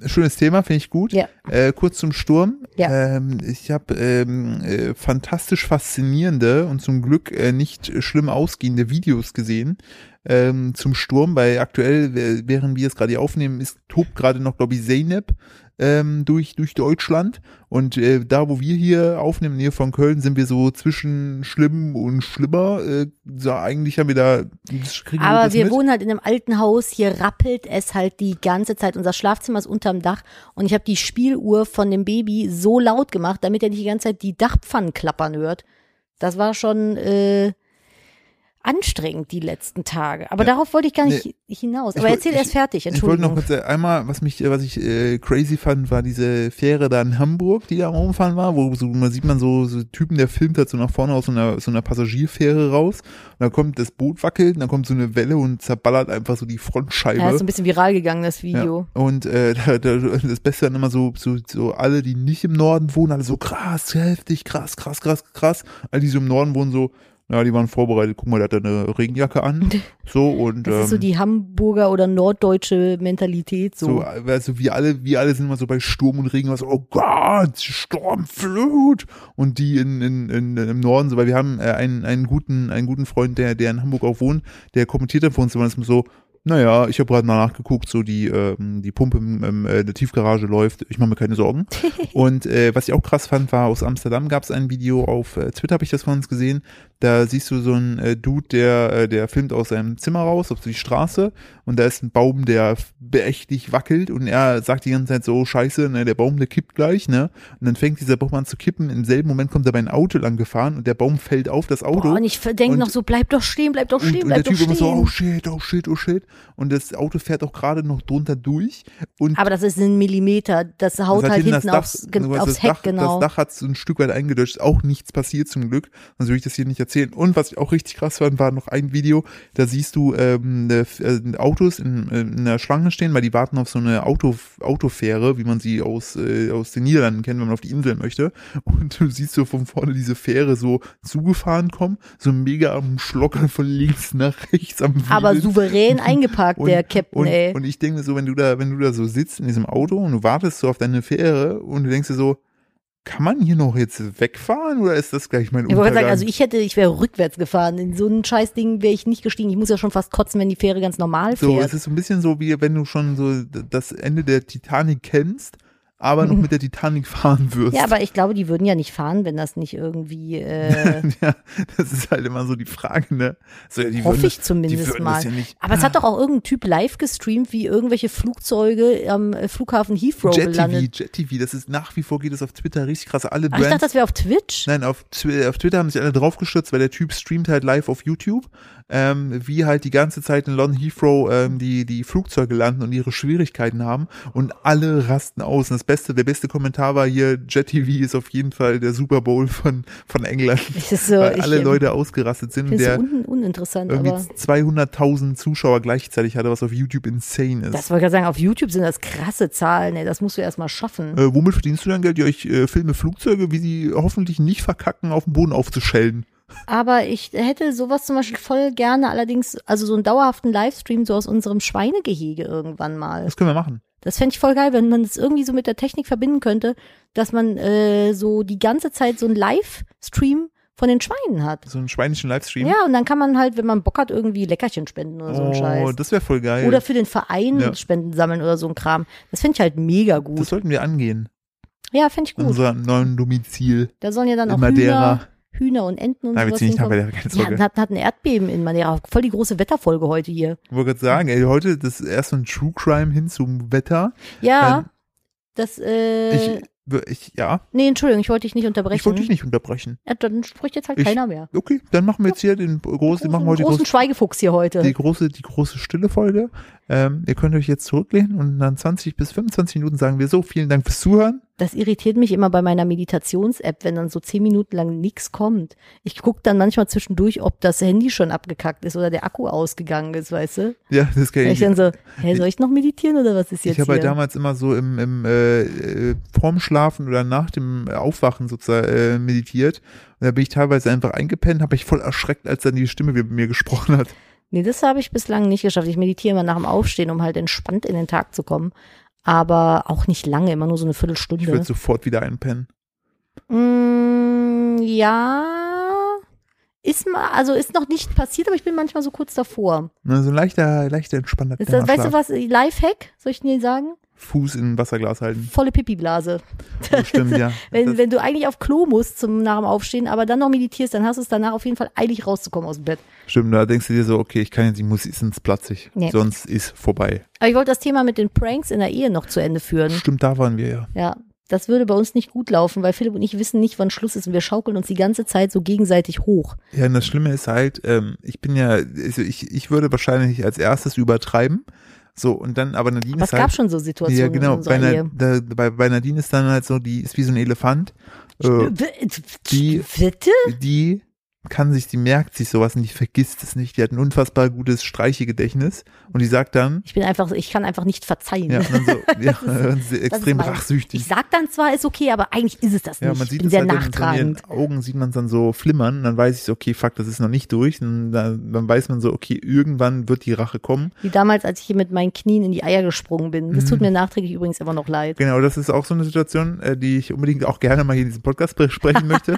Schönes Thema, finde ich gut. Ja. Äh, kurz zum Sturm. Ja. Ähm, ich habe ähm, äh, fantastisch faszinierende und zum Glück äh, nicht schlimm ausgehende Videos gesehen ähm, zum Sturm, weil aktuell, äh, während wir es gerade hier aufnehmen, ist tobt gerade noch, glaube ich, Zeynep ähm, durch, durch Deutschland. Und äh, da, wo wir hier aufnehmen, in der Nähe von Köln, sind wir so zwischen schlimm und schlimmer. Äh, so, eigentlich haben wir da. kriegen Aber das wir mit. wohnen halt in einem alten Haus, hier rappelt es halt die ganze Zeit. Unser Schlafzimmer ist unterm Dach und ich habe die Spieluhr von dem Baby so laut gemacht, damit er nicht die ganze Zeit die Dachpfannen klappern hört. Das war schon äh, anstrengend die letzten Tage. Aber Ja. darauf wollte ich gar nicht hinaus. Ich Aber woll- erzähl ich- erst fertig, Ich wollte noch Entschuldigung. kurz äh, einmal, was mich, äh, was ich äh, crazy fand, war diese Fähre da in Hamburg, die da am Rumfahren war, wo so, man sieht man so, so Typen, der filmt halt so nach vorne aus so einer, so einer Passagierfähre raus. Und dann kommt das Boot wackelt, und dann kommt so eine Welle und zerballert einfach so die Frontscheibe. Ja, ist ein bisschen viral gegangen, das Ja. Video. Und äh, da, da, das Beste dann immer so, so, so alle, die nicht im Norden wohnen, alle so krass, heftig, krass, krass, krass, krass. Alle, die so im Norden wohnen, so, na, die waren vorbereitet, guck mal, der hat da eine Regenjacke an. So und Das ist so ähm, die Hamburger oder norddeutsche Mentalität. halt So. So, also wir alle, wir alle sind immer so bei Sturm und Regen, was, oh Gott, Sturm, Flut. Und die in, in, in, im Norden, so, weil wir haben äh, einen, einen guten, einen guten Freund, der, der in Hamburg auch wohnt, der kommentiert dann für uns immer das so, naja, ich habe gerade mal nachgeguckt, so die, ähm, die Pumpe im, im, äh, in der Tiefgarage läuft, ich mache mir keine Sorgen. Und äh, was ich auch krass fand, war aus Amsterdam gab es ein Video, auf äh, Twitter habe ich das von uns gesehen, Da siehst du so einen äh, Dude, der, äh, der filmt aus seinem Zimmer raus, auf die Straße, und da ist ein Baum, der beächtlich wackelt, und er sagt die ganze Zeit so, scheiße, ne, der Baum, der kippt gleich, ne? Und dann fängt dieser Baum an zu kippen, im selben Moment kommt dabei ein Auto lang gefahren, und der Baum fällt auf das Auto. Boah, und ich denke Und- noch so, bleib doch stehen, bleib doch Und, stehen, und der bleib doch Typ immer stehen. so, oh shit, oh shit, oh shit. Und das Auto fährt auch gerade noch drunter durch. Und Aber das ist ein Millimeter, das haut das hat halt hinten hinten aufs, ge- das aufs Dach, Heck, genau. Das Dach hat so ein Stück weit eingedeutscht, ist auch nichts passiert zum Glück, sonst würde ich das hier nicht erzählen. Und was ich auch richtig krass fand, war noch ein Video, da siehst du ähm, ne, F- äh, Autos in, äh, in der Schlange stehen, weil die warten auf so eine Auto, Autofähre, wie man sie aus, äh, aus den Niederlanden kennt, wenn man auf die Inseln möchte. Und du siehst so von vorne diese Fähre so zugefahren kommen, so mega am Schlockern von links nach rechts am Wieseln. Aber souverän eingeparkt, der Captain, und, ey. Und ich denke mir so, wenn du da, wenn du da so sitzt in diesem Auto und du wartest so auf deine Fähre und du denkst dir so, kann man hier noch jetzt wegfahren oder ist das gleich mein Ich wollte Untergang? gerade sagen, also ich hätte, ich wäre rückwärts gefahren. In so ein Scheißding wäre ich nicht gestiegen. Ich muss ja schon fast kotzen, wenn die Fähre ganz normal so, fährt. es ist so ein bisschen so, wie wenn du schon so d- das Ende der Titanic kennst, aber noch mit der Titanic fahren wirst. Mhm. ja, aber ich glaube, die würden ja nicht fahren, wenn das nicht irgendwie. Äh, ja, das ist halt immer so die Frage, ne? So, ja, die Hoffe würden ich das, die zumindest würden mal. Das ja nicht. aber es hat doch auch irgendein Typ live gestreamt, wie irgendwelche Flugzeuge am äh, Flughafen Heathrow Jet gelandet. TV, Jet TV, das ist nach wie vor geht es auf Twitter richtig krass. Alle Ach, ich Brands dachte, das wäre auf Twitch. Nein, auf, Twi- auf Twitter haben sich alle draufgestürzt, weil der Typ streamt halt live auf YouTube, ähm, wie halt die ganze Zeit in London Heathrow ähm, die, die Flugzeuge landen und ihre Schwierigkeiten haben und alle rasten aus. Und das Beste, der beste Kommentar war hier, Jet TV ist auf jeden Fall der Super Bowl von, von England, Das ist so, weil ich alle ähm, Leute ausgerastet sind und finde es so der un uninteressant, irgendwie aber. 200.000 Zuschauer gleichzeitig hatte, was auf YouTube insane ist. Das wollte ich gerade sagen, auf YouTube sind das krasse Zahlen, ey. Das musst du erst mal schaffen. Äh, womit verdienst du dein Geld? Ja, ich äh, filme Flugzeuge, wie sie hoffentlich nicht verkacken, auf dem Boden aufzuschellen. Aber ich hätte sowas zum Beispiel voll gerne allerdings, also so einen dauerhaften Livestream so aus unserem Schweinegehege irgendwann mal. Das können wir machen. Das fände ich voll geil, wenn man das irgendwie so mit der Technik verbinden könnte, dass man äh, so die ganze Zeit so einen Livestream von den Schweinen hat. So einen schweinischen Livestream. Ja, und dann kann man halt, wenn man Bock hat, irgendwie Leckerchen spenden oder so einen Oh, Scheiß. das wäre voll geil. Oder für den Verein Ja. Spenden sammeln oder so ein Kram. Das fände ich halt mega das gut. sollten wir angehen. Ja, fände ich In gut. unserem neuen Domizil Da sollen ja dann in auch Hühner, Madeira. Hühner und Enten und Nein, wir sowas ziehen nicht nach hinkommen. Madeira, keine Ja, Sorge. hat, hat ein Erdbeben in Madeira. Voll die große Wetterfolge heute hier. ich wollte gerade sagen, ey, heute das ist erst so ein True Crime hin zum Wetter. Ja, Ähm, das, äh, ich, ich, ja, nee, Entschuldigung, ich wollte dich nicht unterbrechen. ich wollte dich nicht unterbrechen. ja, dann spricht jetzt halt Ich- keiner mehr. Okay, dann machen wir jetzt hier den großen, machen wir heute die großen große, Schweigefuchs hier heute. die große, die große stille Folge. Ähm, ihr könnt euch jetzt zurücklehnen und dann 20 bis 25 Minuten sagen wir so, vielen Dank fürs Zuhören. Das irritiert mich immer bei meiner Meditations-App, wenn dann so zehn Minuten lang nichts kommt. Ich gucke dann manchmal zwischendurch, ob das Handy schon abgekackt ist oder der Akku ausgegangen ist, weißt du? Ja, das kann Wenn ich. ich dann so, hä, soll ich noch meditieren oder was ist jetzt Ich habe halt hier? damals immer so im, im äh, äh, vorm Schlafen oder nach dem Aufwachen sozusagen äh, meditiert. Und da bin ich teilweise einfach eingepennt, habe ich voll erschreckt, als dann die Stimme mit mir gesprochen hat. Nee, das habe ich bislang nicht geschafft. Ich meditiere immer nach dem Aufstehen, um halt entspannt in den Tag zu kommen. Aber auch nicht lange, immer nur so eine Ich Viertelstunde. würde sofort wieder einpennen. Mm, ja. Ist mal, also ist noch nicht passiert, aber ich bin manchmal so kurz davor. Na, Ne, so ein leichter, leichter, entspannter Ist das, kleiner weißt du Schlaf. was, Lifehack, soll ich dir sagen? Fuß in ein Wasserglas halten. Volle Pipi-Blase. Bestimmt, ja. Wenn, das, wenn du eigentlich auf Klo musst zum nach dem Aufstehen, aber dann noch meditierst, dann hast du es danach auf jeden Fall eilig rauszukommen aus dem Bett. stimmt, da denkst du dir so, okay, ich kann jetzt, ich muss, ist ins Platzig. Nee. Sonst ist vorbei. Aber ich wollte das Thema mit den Pranks in der Ehe noch zu Ende führen. Stimmt, da waren wir ja. Ja, das würde bei uns nicht gut laufen, weil Philipp und ich wissen nicht, wann Schluss ist und wir schaukeln uns die ganze Zeit so gegenseitig hoch. Ja, und das Schlimme ist halt, ähm, ich bin ja, also ich, ich würde wahrscheinlich als erstes übertreiben. So, und dann, aber Nadine Aber es ist halt. gab schon so Situationen Ja, genau. in Bei, unserer Na, Ehe. da, bei, bei Nadine ist dann halt so, die ist wie so ein Elefant. Äh, die- Bitte? die kann sich, die merkt sich sowas und die vergisst es nicht. Die hat ein unfassbar gutes Streichegedächtnis und die sagt dann, Ich bin einfach, ich kann einfach nicht verzeihen. ja, und dann so, ja, und sie extrem mein- rachsüchtig. Ich sag dann zwar, ist okay, aber eigentlich ist es das Ja, nicht. man ich sieht bin es sehr halt dann von ihren nachtragend. Augen, sieht man es dann so flimmern und dann weiß ich so, okay, fuck, das ist noch nicht durch. Und dann, dann weiß man so, okay, irgendwann wird die Rache kommen. Wie damals, als ich hier mit meinen Knien in die Eier gesprungen bin. Das Mhm. tut mir nachträglich übrigens immer noch leid. Genau, das ist auch so eine Situation, äh, die ich unbedingt auch gerne mal hier in diesem Podcast besprechen möchte.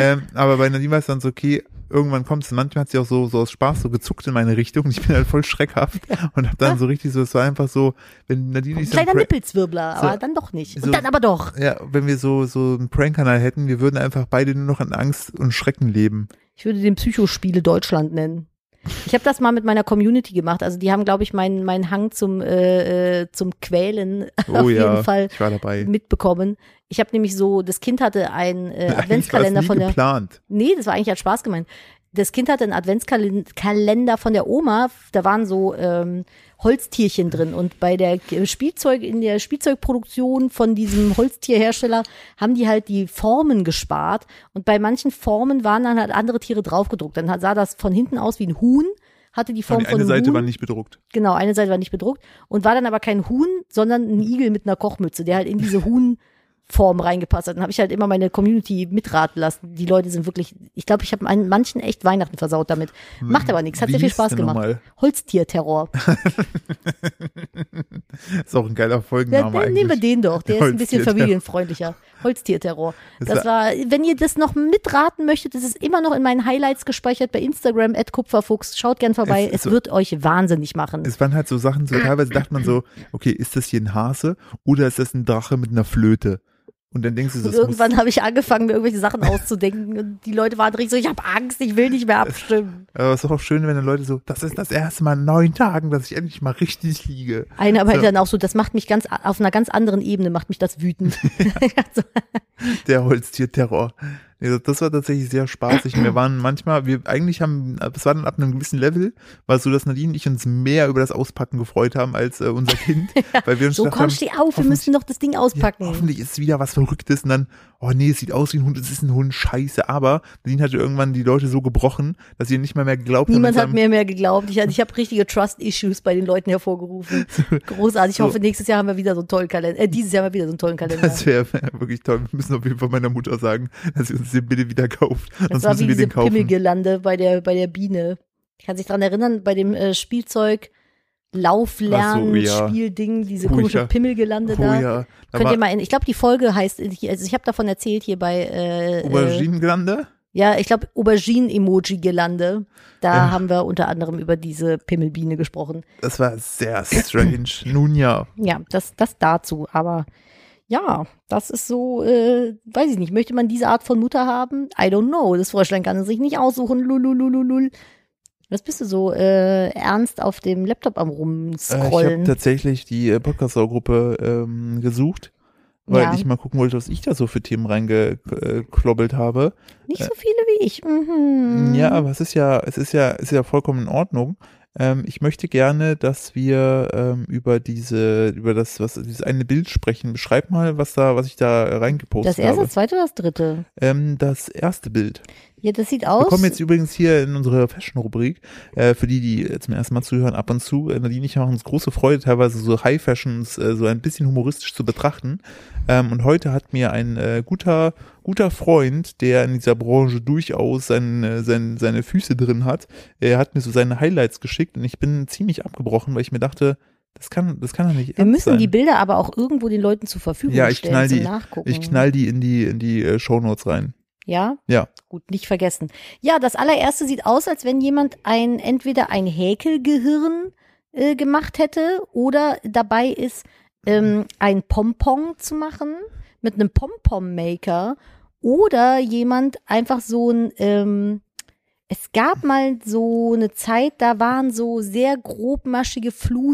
ähm, aber bei Nadine war es dann so, okay, irgendwann kommt es. Manchmal hat sie auch so, so aus Spaß so gezuckt in meine Richtung und ich bin halt voll schreckhaft und hab dann so richtig so, es war einfach so, wenn Nadine nicht so ein Kleiner Prank- Nippelzwirbler, so- aber dann doch nicht. Und so- dann aber doch. ja, wenn wir so, so einen Prank-Kanal hätten, wir würden einfach beide nur noch in Angst und Schrecken leben. Ich würde den Psychospiele Deutschland nennen. Ich habe das mal mit meiner Community gemacht. Also die haben, glaube ich, meinen meinen Hang zum äh, äh, zum Quälen Oh auf ja, jeden Fall Äh, ich war dabei. mitbekommen. Ich habe nämlich so, das Kind hatte einen äh, Eigentlich war das Adventskalender nie von der geplant. Nee, das war eigentlich als Spaß gemeint. Das Kind hatte einen Adventskalender von der Oma, da waren so ähm, Holztierchen drin und bei der K- Spielzeug in der Spielzeugproduktion von diesem Holztierhersteller haben die halt die Formen gespart und bei manchen Formen waren dann halt andere Tiere draufgedruckt. Dann hat- sah das von hinten aus wie ein Huhn, hatte die Form Und die von eine einem Seite Huhn. war nicht bedruckt. Genau, eine Seite war nicht bedruckt und war dann aber kein Huhn, sondern ein Igel mit einer Kochmütze, der halt in diese Huhnform reingepasst hat. Dann habe ich halt immer meine Community mitraten lassen. Die Leute sind wirklich, ich glaube, ich habe an manchen echt Weihnachten versaut damit. Macht aber nichts, Hm. hat Wie sehr viel hieß Spaß der gemacht. nochmal? Holztierterror. Ist auch ein geiler Ja, Folgenname dann nehmen wir eigentlich. den doch, der ist ein bisschen Holztierterror. familienfreundlicher. Holztierterror. Das Das war, wenn ihr das noch mitraten möchtet, das ist immer noch in meinen Highlights gespeichert bei Instagram, Kupferfuchs. Schaut gern vorbei, Es- es, wird euch wahnsinnig machen. Es waren halt so Sachen, so teilweise dachte man so, okay, ist das hier ein Hase oder ist das ein Drache mit einer Flöte? Und dann denkst du, so, Und das muss irgendwann habe ich angefangen, mir irgendwelche Sachen auszudenken. Und die Leute waren richtig so, ich habe Angst, ich will nicht mehr abstimmen. Aber es ist auch schön, wenn dann Leute so, das ist das erste Mal in neun Tagen, dass ich endlich mal richtig liege. Einer aber So. dann auch so, das macht mich ganz, auf einer ganz anderen Ebene macht mich das wütend. so, Der Holztierterror. Ja, Das war tatsächlich sehr spaßig. Wir waren manchmal, wir eigentlich haben, es war dann ab einem gewissen Level, war es so, dass Nadine und ich uns mehr über das Auspacken gefreut haben als äh, unser Kind, weil wir uns so gedacht komm, haben, steh auf, wir hoffentlich- müssen noch das Ding auspacken. Ja, hoffentlich ist wieder was Verrücktes und dann, oh nee, es sieht aus wie ein Hund, es ist ein Hund, scheiße. Aber Nadine hatte irgendwann die Leute so gebrochen, dass sie nicht mehr mehr geglaubt Niemand hat haben. mit mir mehr geglaubt. Ich, ich habe richtige Trust-Issues bei den Leuten hervorgerufen. Großartig. Ich So. hoffe, nächstes Jahr haben wir wieder so einen tollen Kalender. Äh, dieses Jahr haben wir wieder so einen tollen Kalender. Das wäre wirklich toll. Wir müssen auf jeden Fall meiner Mutter sagen, dass sie uns den bitte wieder kauft. Das Sonst war wie müssen wir diese den kaufen. Pimmelgirlande bei der, bei der Biene. Ich kann sich dran erinnern, bei dem äh, Spielzeug Lauflernen, Ach so, ja. Spielding, diese Oh, komische ja. Pimmelgelande Oh da. ja. Da Könnt war ihr mal in, ich glaube, die Folge heißt, ich- also ich habe davon erzählt hier bei, äh, äh, Auberginengrande? ja, ich glaube, Aubergine-Emoji-Gelande. Da Ja. haben wir unter anderem über diese Pimmelbiene gesprochen. Das war sehr strange. Nun ja. äh, Ja, das, das dazu, aber ja, das ist so, äh, weiß ich nicht, möchte man diese Art von Mutter haben? I don't know, das Fräulein kann es sich nicht aussuchen, lululululul. Was bist du so äh, ernst auf dem Laptop am Äh, ich habe rumscrollen? tatsächlich die äh, Podcast-Gruppe ähm, gesucht, weil Ja. ich mal gucken wollte, was ich da so für Themen reingeklobbelt habe. nicht so viele wie ich. Mhm. äh, Ja, aber es ist ja, es ist ja, es ist ja vollkommen in Ordnung. Ähm, ich möchte gerne, dass wir ähm, über diese, über das, was dieses eine Bild sprechen. Beschreib mal, was da, was ich da äh, das reingepostet erste, habe. das zweite oder das dritte? Ähm, das erste Bild. Ja, das sieht Wir aus. kommen jetzt übrigens hier in unsere Fashion-Rubrik. Äh, für die, die äh, zum ersten Mal zuhören, ab und zu, äh, Nadine und ich machen uns große Freude, teilweise so High-Fashions äh, so ein bisschen humoristisch zu betrachten. Ähm, und heute hat mir ein äh, guter, guter Freund, der in dieser Branche durchaus sein, äh, sein, seine Füße drin hat, er hat mir so seine Highlights geschickt und ich bin ziemlich abgebrochen, weil ich mir dachte, das kann, das kann doch nicht wir ernst müssen sein. die Bilder aber auch irgendwo den Leuten zur Verfügung Ja, ich stellen knall die- zum Nachgucken. ich knall die in die, in die äh, Shownotes rein. Ja? Ja. Gut, nicht vergessen. Ja, das allererste sieht aus, als wenn jemand ein, entweder ein Häkelgehirn äh, gemacht hätte oder dabei ist, ähm, ein Pompon zu machen mit einem Pompom-Maker oder jemand einfach so ein, ähm, es gab mal so eine Zeit, da waren so sehr grobmaschige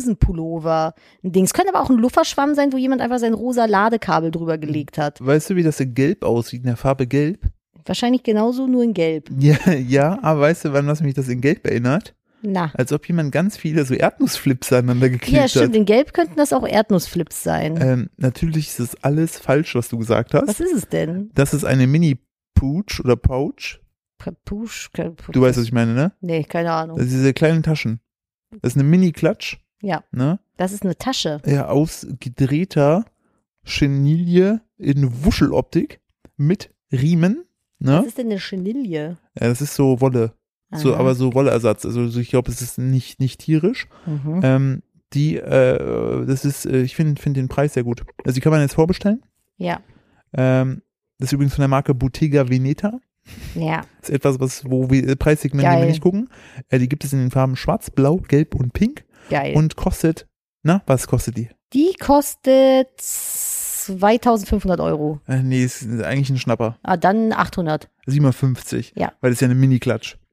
Flusenpullover ein Ding. Es könnte aber auch ein Lufferschwamm sein, wo jemand einfach sein rosa Ladekabel drüber gelegt hat. Weißt du, wie das in Gelb aussieht, in der Farbe Gelb? Wahrscheinlich genauso, nur in Gelb. Ja, ja, aber weißt du, wann was mich das in Gelb erinnert? Na. Als ob jemand ganz viele so Erdnussflips aneinander geklebt Ja, stimmt. hat. In Gelb könnten das auch Erdnussflips sein. Ähm, natürlich ist es alles falsch, was du gesagt hast. Was ist es denn? Das ist eine Mini-Pooch oder Pouch. Kapusch, kapusch. Du weißt, was ich meine, ne? Nee, keine Ahnung. Das ist diese kleinen Taschen. Das ist eine Mini-Klatsch, Ja, ne? das ist eine Tasche. Ja, aus gedrehter Chenille in Wuscheloptik mit Riemen, Was ne? ist Ah. denn eine Chenille? Ja, das ist so Wolle. So, Aha. aber so Wolleersatz. Also so, ich glaube, es ist nicht, nicht tierisch. Mhm. Ähm, die, äh, das ist, äh, ich finde find den Preis sehr gut. Also die kann man jetzt vorbestellen. Ja, Ähm, das ist übrigens von der Marke Bottega Veneta. ja. Ist etwas, was, wo wir äh, Preissegmente die wir Geil. nicht gucken. Äh, die gibt es in den Farben Schwarz, Blau, Gelb und Pink Geil. und kostet, na, was kostet die? Die kostet 2500 Euro. Äh, nee, ist eigentlich ein Schnapper. Ah, dann 800. 750. Ja. Weil das ist ja eine Mini-Klatsch.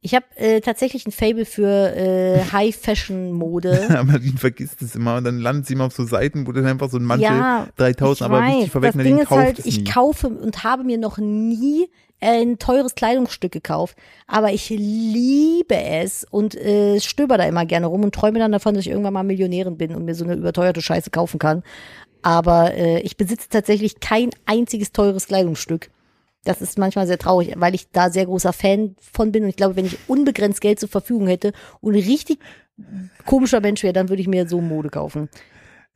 Ich habe äh, tatsächlich ein Fable für äh, High-Fashion-Mode. Aber die vergisst es immer und dann landet sie immer auf so Seiten, wo dann einfach so ein Mantel Ja, 3000, aber wichtig das verwechseln, Ding den ist kauft halt, es ich nie. kaufe und habe mir noch nie äh, ein teures Kleidungsstück gekauft. Aber ich liebe es und äh, stöber da immer gerne rum und träume dann davon, dass ich irgendwann mal Millionärin bin und mir so eine überteuerte Scheiße kaufen kann. Aber äh, ich besitze tatsächlich kein einziges teures Kleidungsstück. Das ist manchmal sehr traurig, weil ich da sehr großer Fan von bin. Und ich glaube, wenn ich unbegrenzt Geld zur Verfügung hätte und ein richtig komischer Mensch wäre, dann würde ich mir so Mode kaufen.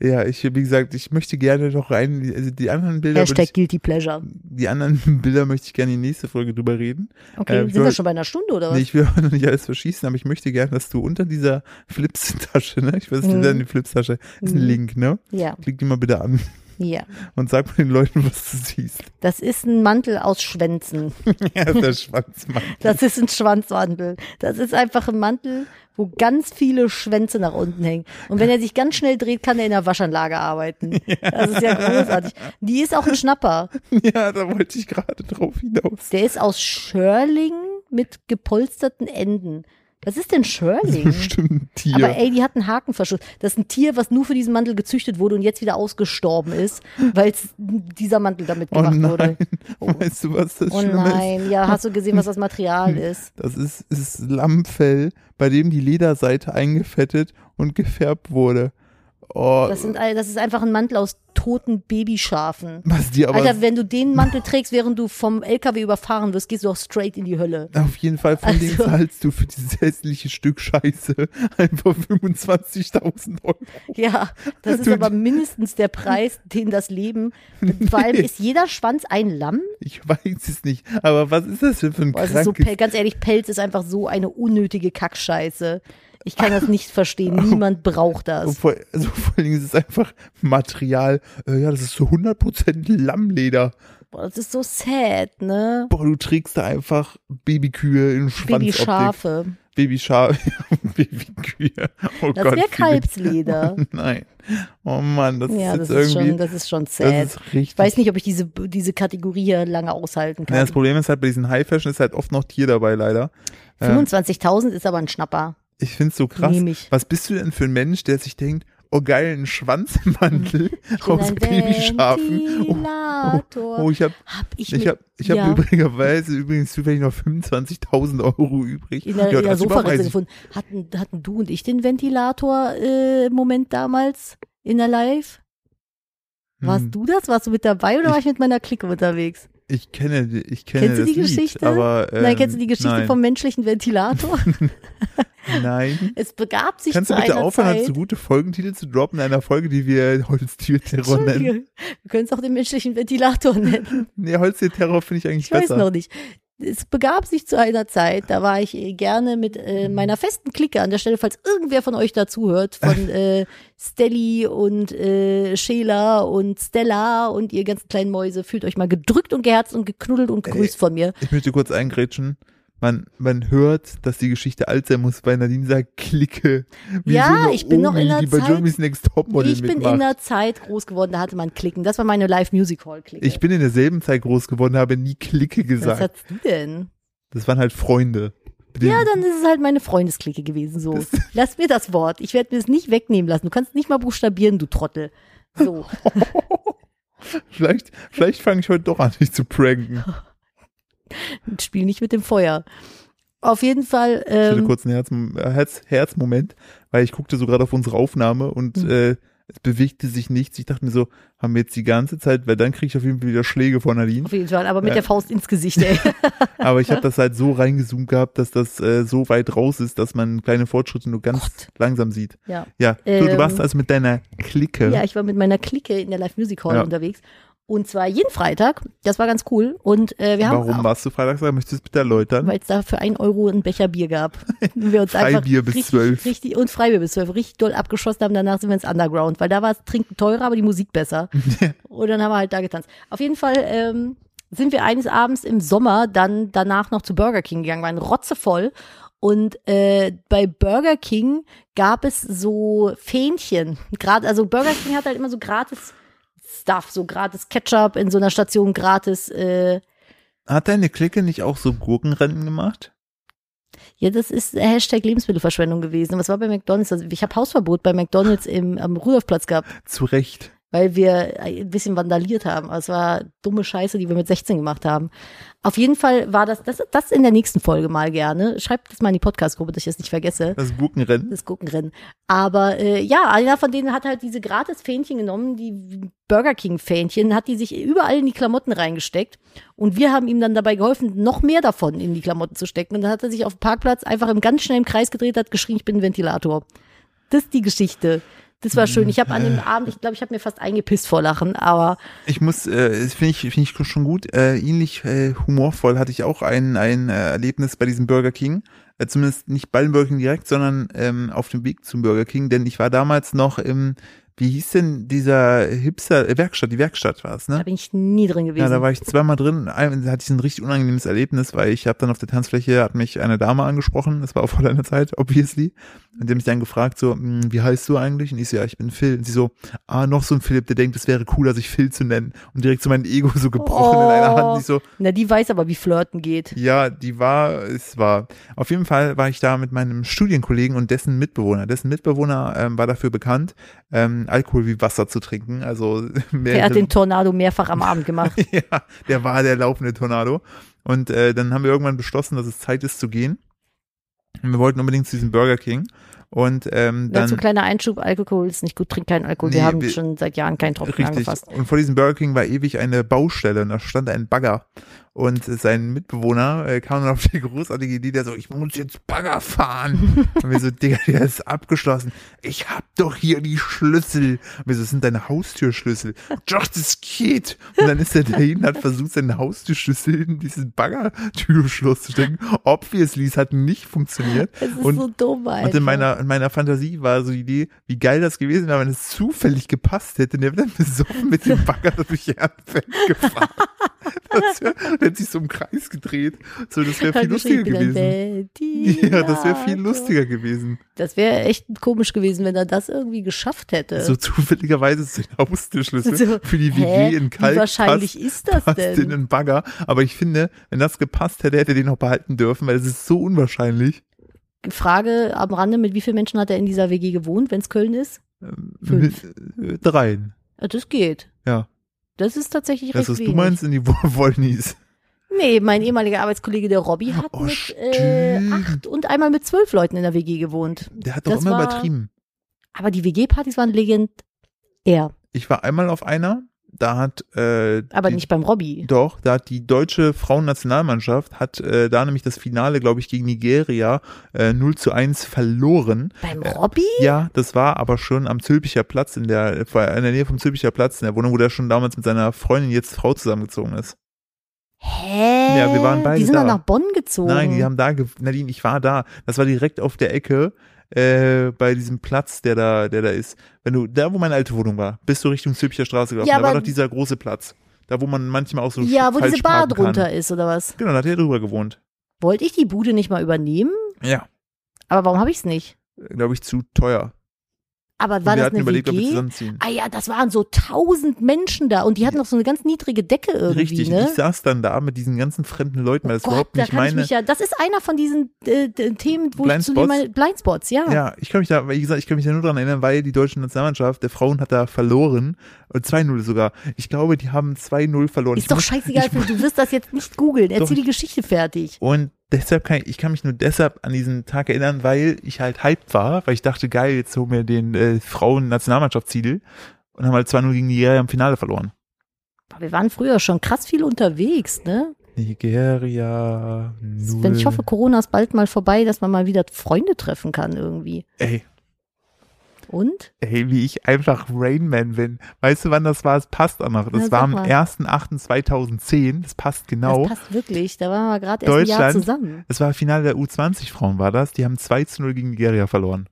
Ja, ich, wie gesagt, ich möchte gerne noch rein, also die anderen Bilder, würde Hashtag ich, Guilty Pleasure. die anderen Bilder möchte ich gerne in die nächste Folge drüber reden. Okay, Äh, ich sind will- wir schon bei einer Stunde oder was? Nee, ich will auch noch nicht alles verschießen, aber ich möchte gerne, dass du unter dieser Flips-Tasche, ne? Ich weiß nicht, Mhm. mhm. die Flips-Tasche ist ein Mhm. Link, ne? Ja, Klick die mal bitte an ja. und sag mal den Leuten, was du siehst. Das ist ein Mantel aus Schwänzen. ja, ist der Schwanzmann. Das ist ein Schwanzmantel. Das ist einfach ein Mantel, wo ganz viele Schwänze nach unten hängen. Und wenn er sich ganz schnell dreht, kann er in der Waschanlage arbeiten. Das ist ja großartig. Die ist auch ein Schnapper. Ja, da wollte ich gerade drauf hinaus. Der ist aus Schörling mit gepolsterten Enden. Was ist denn Schörling? Bestimmt ein Tier. Aber ey, die hat einen Hakenverschluss. Das ist ein Tier, was nur für diesen Mantel gezüchtet wurde und jetzt wieder ausgestorben ist, weil dieser Mantel damit oh gemacht nein. wurde. Weißt du, was das Oh Schlimme ist? nein, ja, hast du gesehen, was das Material ist? Das ist, ist Lammfell, bei dem die Lederseite eingefettet und gefärbt wurde. Oh, Das, sind, all- das ist einfach ein Mantel aus toten Babyschafen. was die aber Alter, wenn du den Mantel trägst, während du vom LKW überfahren wirst, gehst du auch straight in die Hölle. Auf jeden Fall, von dem Also- zahlst du für dieses hässliche Stück Scheiße einfach 25.000 Euro. Ja, das ist Du- aber mindestens der Preis, den das Leben. Vor allem ist jeder Schwanz ein Lamm. Ich weiß es nicht, aber was ist das denn für ein Boah, es ist so, krankes... Pel- ganz ehrlich, Pelz ist einfach so eine unnötige Kackscheiße. Ich kann das nicht verstehen. Oh. Niemand braucht So das. vor, also vor allen Dingen ist es einfach Material. Äh, ja, das ist so 100% Lammleder. Boah, das ist so sad, ne? Boah, du trägst da einfach Babykühe in Schwanzoptik. Babyschafe. Babyschafe. Babykühe. Oh Das Gott. wäre wie- Kalbsleder. Nein. Oh Mann, das Ja, ist das jetzt ist, irgendwie... schon, das ist schon sad. das ist richtig Ich weiß nicht, ob ich diese, diese Kategorie hier lange aushalten Ja, kann. das Problem ist halt, bei diesen High-Fashion ist halt oft noch Tier dabei, leider. Ähm, 25.000 ist aber ein Schnapper. Ich find's so krass. Nehm ich. Was bist du denn für ein Mensch, der sich denkt, oh geil, ein Schwanzmantel Bin aus ein Babyschafen. Oh, Ventilator. oh, ich habe hab ich, ich mir- hab, ich hab ja, übrigerweise übrigens zufällig noch 25.000 Euro übrig. also in der, also ja, in der das überweise Sofaritze ich. gefunden. Hatten, hatten du und ich den Ventilator-Moment damals in der Live? Warst Hm, du das? Warst du mit dabei oder Ich- war ich mit meiner Clique unterwegs? Ich kenne, die- ich kenne Kennst du das die Lied, Geschichte? aber, ähm, nein, kennst du die Geschichte nein, vom menschlichen Ventilator? Nein. es begab sich Kannst zu du bitte einer aufhören, Zeit, so gute Folgentitel zu droppen in einer Folge, die wir Holztierterror nennen? Entschuldige, wir können es auch den menschlichen Ventilator nennen. Nee, Holztierterror finde ich eigentlich Ich weiß besser. noch nicht. Es begab sich zu einer Zeit, da war ich äh, gerne mit äh, Mhm. meiner festen Clique an der Stelle, falls irgendwer von euch dazuhört, von äh, Stelli und äh, Sheila und Stella und ihr ganzen kleinen Mäuse, fühlt euch mal gedrückt und geherzt und geknuddelt und gegrüßt von mir. Ich möchte kurz eingrätschen. Man, man hört, dass die Geschichte alt sein muss bei einer Linsa-Klicke. Wie Ja, so eine ich bin noch in Omi, der die bei Zeit- Germany's Next Topmodel ich bin mitmacht. in der Zeit groß geworden, da hatte man Klicken. Das war meine Live-Music-Hall-Clique. ich bin in derselben Zeit groß geworden, habe nie Clique Was gesagt. hast du denn? Das waren halt Freunde. Mit denen- Ja, dann ist es halt meine Freundesklicke gewesen. So, lass mir das Wort. Ich werde mir es nicht wegnehmen lassen. Du kannst nicht mal buchstabieren, du Trottel. So. vielleicht vielleicht fange ich heute doch an, dich zu pranken. Spiel nicht mit dem Feuer. Auf jeden Fall, Ich hatte ähm, kurz einen Herz, äh, Herz, Herzmoment, weil ich guckte so gerade auf unsere Aufnahme und Mhm. äh, es bewegte sich nichts. Ich dachte mir so, haben wir jetzt die ganze Zeit, weil dann kriege ich auf jeden Fall wieder Schläge von Aline. auf jeden Fall, aber mit Ja. der Faust ins Gesicht, ey. Aber ich habe das halt so reingezoomt gehabt, dass das äh, so weit raus ist, dass man kleine Fortschritte nur ganz Gott. langsam sieht. ja. Ja, du, du Ähm. warst also mit deiner Clique. ja, ich war mit meiner Clique in der Live Music Hall Ja. unterwegs. Und zwar jeden Freitag. Das war ganz cool. Und äh, wir haben Warum warst du freitags da? Möchtest du es bitte erläutern? weil es da für ein Euro einen Becher Bier gab. Und wir uns einfach Freibier bis richtig, 12. Richtig, und Freibier bis zwölf. Richtig doll abgeschossen haben. Danach sind wir ins Underground, weil da war das Trinken teurer, aber die Musik besser. und dann haben wir halt da getanzt. Auf jeden Fall ähm, sind wir eines Abends im Sommer dann danach noch zu Burger King gegangen, waren rotzevoll. Und äh, bei Burger King gab es so Fähnchen. Grad, also Burger King hat halt immer so gratis Stuff, so gratis Ketchup in so einer Station, gratis. Äh, Hat deine Clique nicht auch so Gurkenrennen gemacht? ja, das ist Hashtag Lebensmittelverschwendung gewesen. Aber es war bei McDonalds. Also ich habe Hausverbot bei McDonalds im, am Rudolfplatz gehabt. Zu Recht. weil wir ein bisschen vandaliert haben. Aber Es war dumme Scheiße, die wir mit 16 gemacht haben. Auf jeden Fall war das, das, das in der nächsten Folge mal gerne. Schreibt das mal in die Podcast-Gruppe, dass ich das nicht vergesse. Das Also Gurkenrennen. Das Gurkenrennen. Aber äh, ja, einer von denen hat halt diese gratis Fähnchen genommen, die Burger King-Fähnchen, hat die sich überall in die Klamotten reingesteckt. Und wir haben ihm dann dabei geholfen, noch mehr davon in die Klamotten zu stecken. Und dann hat er sich auf dem Parkplatz einfach im ganz schnellen Kreis gedreht, hat geschrien, ich bin ein Ventilator. Das ist die Geschichte. Das war schön. Ich habe an dem Abend, ich glaube, ich habe mir fast eingepisst vor Lachen, aber Ich muss, äh, das finde ich, finde ich schon gut. Äh, ähnlich äh, humorvoll hatte ich auch ein, ein äh, Erlebnis bei diesem Burger King. Äh, zumindest nicht beim Burger King direkt, sondern ähm, auf dem Weg zum Burger King, denn ich war damals noch im, wie hieß denn dieser Hipster, äh, Werkstatt, die Werkstatt war es, ne? da bin ich nie drin gewesen. Ja, da war ich zweimal drin. Einmal hatte ich ein richtig unangenehmes Erlebnis, weil ich habe dann auf der Tanzfläche, hat mich eine Dame angesprochen, das war vor deiner Zeit, obviously. Und die hat mich dann gefragt, so, "Hm, wie heißt du eigentlich? Und ich so, ja, ich bin Phil. Und sie so, ah, noch so ein Philipp, der denkt, es wäre cooler, sich Phil zu nennen. Und direkt zu so meinem Ego so gebrochen in einer Oh. Hand. Und ich so, Na, die weiß aber, wie Flirten geht. ja, die war, es war. Auf jeden Fall war ich da mit meinem Studienkollegen und dessen Mitbewohner. Dessen Mitbewohner ähm, war dafür bekannt, ähm, Alkohol wie Wasser zu trinken. Also mehr Er hat den Tornado mehrfach am Abend gemacht. ja, der war der laufende Tornado. Und äh, dann haben wir irgendwann beschlossen, dass es Zeit ist zu gehen. Und wir wollten unbedingt zu diesem Burger King. Und ähm, Dazu dann kleiner Einschub, Alkohol ist nicht gut, trink keinen Alkohol. wir Nee, haben wir- schon seit Jahren keinen Tropfen richtig. angefasst. Und vor diesem Burger King war ewig eine Baustelle und da stand ein Bagger. Und sein Mitbewohner äh, kam dann auf die großartige Idee, der so, ich muss jetzt Bagger fahren. und wir so, Digga, der ist abgeschlossen. Ich hab doch hier die Schlüssel. Und wir so, das sind deine Haustürschlüssel. Doch, das geht. Und dann ist er dahin, hat versucht, seinen Haustürschlüssel in diesen Baggertürschloss zu stecken. Obviously, es hat nicht funktioniert. Es ist und so dumm, Alter. und in meiner, in meiner Fantasie war so die Idee, wie geil das gewesen wäre, wenn es zufällig gepasst hätte. Und der wäre dann besoffen mit dem Bagger da durch die Erdfeld gefahren. Das wär, der hätte sich so im Kreis gedreht. So, das wäre Hat viel lustiger geschrieben, gewesen. Ventilator. Ja, das wäre viel lustiger gewesen. Das wäre echt komisch gewesen, wenn er das irgendwie geschafft hätte. So zufälligerweise ist der Haustürschlüssel So, für die hä? WG in Kalk Wie wahrscheinlich ist das passt in denn? den Bagger. Aber ich finde, wenn das gepasst hätte, hätte er den noch behalten dürfen, weil das ist so unwahrscheinlich. Frage am Rande, mit wie vielen Menschen hat er in dieser WG gewohnt, wenn es Köln ist? Ähm, Fünf. Mit, äh, dreien. Ah, Das geht. Ja. Das ist tatsächlich Das, recht was du wenig. meinst, in die Wollnies. Nee, mein ehemaliger Arbeitskollege, der Robby, hat Oh, mit äh, stimmt. acht und einmal mit zwölf Leuten in der WG gewohnt. Der hat doch Das immer war- übertrieben. Aber die WG-Partys waren legendär. Ich war einmal auf einer, da hat äh, Aber die, nicht beim Robby. doch, da hat die deutsche Frauennationalmannschaft hat äh, da nämlich das Finale, glaube ich, gegen Nigeria äh, 0 zu 1 verloren. Beim Äh, Robby? Ja, das war aber schon am Zülpicher Platz in der äh, in der Nähe vom Zülpicher Platz in der Wohnung, wo der schon damals mit seiner Freundin jetzt Frau zusammengezogen ist. Hä? Ja, wir waren beide Die sind da. doch nach Bonn gezogen. Nein, die haben da, ge Nadine, ich war da. Das war direkt auf der Ecke äh, bei diesem Platz, der da, der da ist. Wenn du, da wo meine alte Wohnung war, bist du Richtung Zülpicher Straße gelaufen. Ja, da war aber- doch dieser große Platz. Da, wo man manchmal auch so ja, wo falsch diese Bar parken kann. drunter ist, oder was? Genau, da hat er drüber gewohnt. Wollte ich die Bude nicht mal übernehmen? Ja. Aber warum habe ich es nicht? Glaube ich, zu teuer. Aber Und war wir das hatten eine überlegt, ob wir WG? zusammenziehen. Ah ja, das waren so tausend Menschen da und die hatten noch so eine ganz niedrige Decke irgendwie, Richtig, ne? Oh ich saß dann da mit diesen ganzen fremden Leuten, weil das Gott, überhaupt da nicht kann ich meine. mich ja, das ist einer von diesen äh, d- Themen, wo ich zu dir Blindspots? meine Blindspots, ja. Ja, ich kann mich da, wie gesagt, ich kann mich da nur dran erinnern, weil die deutsche Nationalmannschaft der Frauen hat da verloren. Äh, 2-0 sogar. Ich glaube, die haben 2-0 verloren. Ich Ist doch muss- scheißegal, ich Phil, du wirst das jetzt nicht googeln. Erzähl Doch. die Geschichte fertig. Und deshalb kann ich, ich kann mich nur deshalb an diesen Tag erinnern, weil ich halt hyped war, weil ich dachte, geil, jetzt holen wir den äh, Frauen-Nationalmannschaftstitel und haben halt 2-0 gegen Nigeria im Finale verloren. Boah, Wir waren früher schon krass viel unterwegs, ne? Nigeria, null. Wenn ich hoffe, Corona ist bald mal vorbei, dass man mal wieder Freunde treffen kann irgendwie. Ey, Und? ey, wie ich einfach Rainman bin. Weißt du, wann das war? Es passt auch noch. Das war Na, sag am mal. 1.8.2010. Das passt genau. Das passt wirklich. Da waren wir gerade erst ein Jahr Deutschland. zusammen. Es war Finale der U20-Frauen, war das. Die haben 2 zu 0 gegen Nigeria verloren.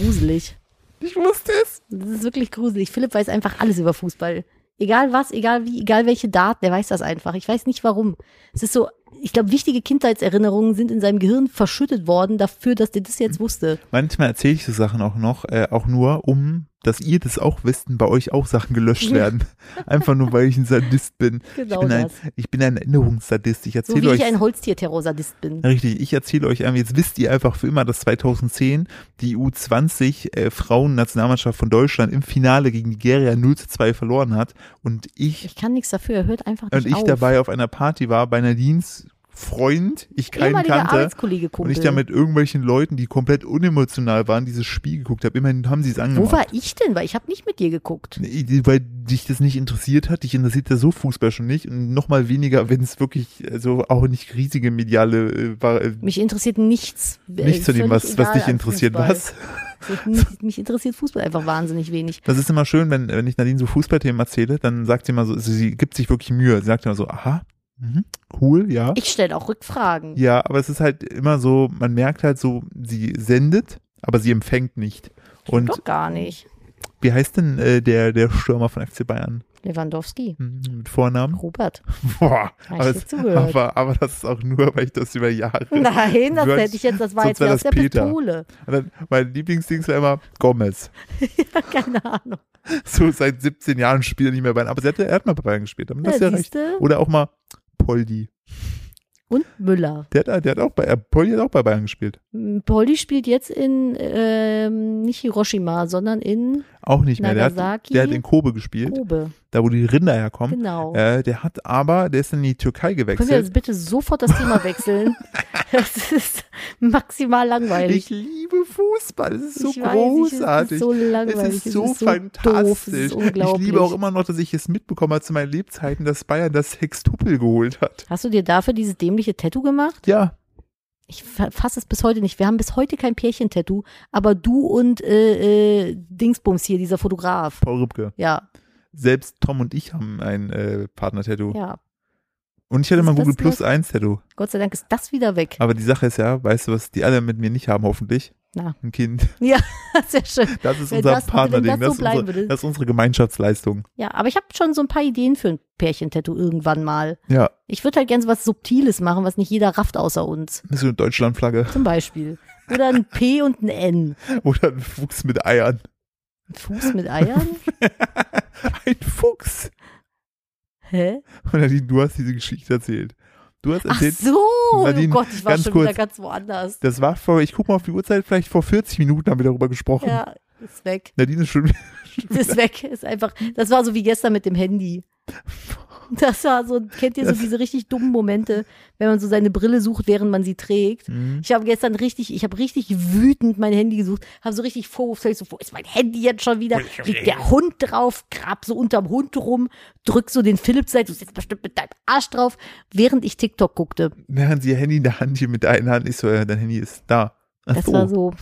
Gruselig. Ich wusste es. Das ist wirklich gruselig. Philipp weiß einfach alles über Fußball. Egal was, egal wie, egal welche Daten, der weiß das einfach. Ich weiß nicht warum. Es ist so ich glaube, wichtige Kindheitserinnerungen sind in seinem Gehirn verschüttet worden dafür, dass der das jetzt wusste. Manchmal erzähle ich so Sachen auch noch, äh, auch nur, um, dass ihr das auch wisst, und bei euch auch Sachen gelöscht werden. Einfach nur, weil ich ein Sadist bin. Genau ich, bin ein, das. ich bin ein Erinnerungssadist. Ich So wie erzähle euch. ich ein Holztierterrorsadist bin. Richtig, ich erzähle euch einmal, jetzt wisst ihr einfach für immer, dass 2010 die U20 äh, Frauen-Nationalmannschaft von Deutschland im Finale gegen Nigeria 0 zu 2 verloren hat und ich, Ich kann nichts dafür, er hört einfach nicht und ich auf. dabei auf einer Party war bei Nadines Freund, ich keinen Ehemaliger kannte. Arbeitskollege Und Kumpel. ich da mit irgendwelchen Leuten, die komplett unemotional waren, dieses Spiel geguckt habe. Immerhin haben sie es Wo angemacht. war ich denn? Weil ich habe nicht mit dir geguckt. Nee, Weil dich das nicht interessiert hat. Dich interessiert ja so Fußball schon nicht. Und nochmal weniger, wenn es wirklich äh, so auch nicht riesige mediale äh, war, äh, Mich interessiert nichts. äh, Nichts zu dem, völlig was, was egal dich an interessiert. Fußball. Was? Ich- Mich, mich interessiert Fußball einfach wahnsinnig wenig. Das ist immer schön, wenn, wenn ich Nadine so Fußballthemen erzähle, dann sagt sie immer so, sie, sie gibt sich wirklich Mühe. Sie sagt immer so, aha, mhm, cool, ja. Ich stelle auch Rückfragen. Ja, aber es ist halt immer so, man merkt halt so, sie sendet, aber sie empfängt nicht. Und Doch gar nicht. wie heißt denn äh, der, der Stürmer von FC Bayern? Lewandowski. Hm, Mit Vornamen? Robert. Boah, ich aber, dir es, zugehört. aber, aber das ist auch nur, weil ich das über Jahre. Nein, das Sonst- hätte ich jetzt, das war sonst jetzt wär wie aus das der Peter. Pistole. Und dann, mein Lieblingsding war immer Gomez. Keine Ahnung. So seit 17 Jahren spielt er nicht mehr bei Aber sie hat, er hat mal bei Bayern gespielt. Damit hast du Ja, ja recht. siehste. Oder auch mal Poldi. Und Müller. Der hat, der hat auch bei, äh, Poldi hat auch bei Bayern gespielt. M, Poldi spielt jetzt in ähm, nicht Hiroshima, sondern in Auch nicht mehr. Der hat, Nagasaki. der hat in Kobe gespielt, Kobe. da wo die Rinder herkommen. Genau. Äh, der hat aber, der ist in die Türkei Können wir jetzt gewechselt. bitte sofort das Thema wechseln? das ist maximal langweilig. Ich liebe Fußball. Es ist so Ich weiß, ich- Es großartig. ist so langweilig. Es ist so fantastisch. Doof, es ist ich unglaublich. liebe auch immer noch, dass ich es mitbekommen habe zu meinen Lebzeiten, dass Bayern das Sextuppel geholt hat. Hast du dir dafür dieses dämliche Tattoo gemacht? Ja, Ich fa- fasse es bis heute nicht. Wir haben bis heute kein Pärchentattoo, aber du und äh, äh, Dingsbums hier, dieser Fotograf. Paul Rübke. Ja, Selbst Tom und ich haben ein äh, Partner-Tattoo. ja. Und ich hatte Ist mal ein das Google was? Plus 1 Tattoo. Gott sei Dank ist das wieder weg. Aber die Sache ist ja, weißt du, was die alle mit mir nicht haben, hoffentlich? Na. Ein Kind. Sehr schön. Das ist Wenn unser das- wenn Partnerding. das so Das, ist bleiben unsere, würde. das ist unsere Gemeinschaftsleistung. Ja, aber ich habe schon so ein paar Ideen für ein Pärchentattoo irgendwann mal. Ja, Ich würde halt gerne so was Subtiles machen, was nicht jeder rafft außer uns. so eine Deutschlandflagge Zum Beispiel. Oder ein P und ein N. oder ein Fuchs mit Eiern. Ein Fuß mit Eiern? Ein Fuchs. Hä? Und Nadine, du hast diese Geschichte erzählt. Du hast Ach erzählt, so! Nadine, oh Gott, ich war ganz schon wieder kurz. ganz woanders. das war vor, ich gucke mal auf die Uhrzeit, vielleicht vor 40 Minuten haben wir darüber gesprochen. Ja, ist weg. Nadine ist schon Ist weg. Ist einfach, das war so wie gestern mit dem Handy. Das war so, kennt ihr so Das- diese richtig dummen Momente, wenn man so seine Brille sucht, während man sie trägt? Mhm. Ich habe gestern richtig, ich habe richtig wütend mein Handy gesucht, habe so richtig vorwurfsvoll so, wo ist mein Handy jetzt schon wieder? Liegt der Hund drauf, grab so unterm Hund rum, drück so den Philips seit, du sitzt bestimmt mit deinem Arsch drauf, während ich TikTok guckte. während sie ihr Handy in der Hand hier mit der einen Hand. Ich so, ja, dein Handy ist da. Ach Das war so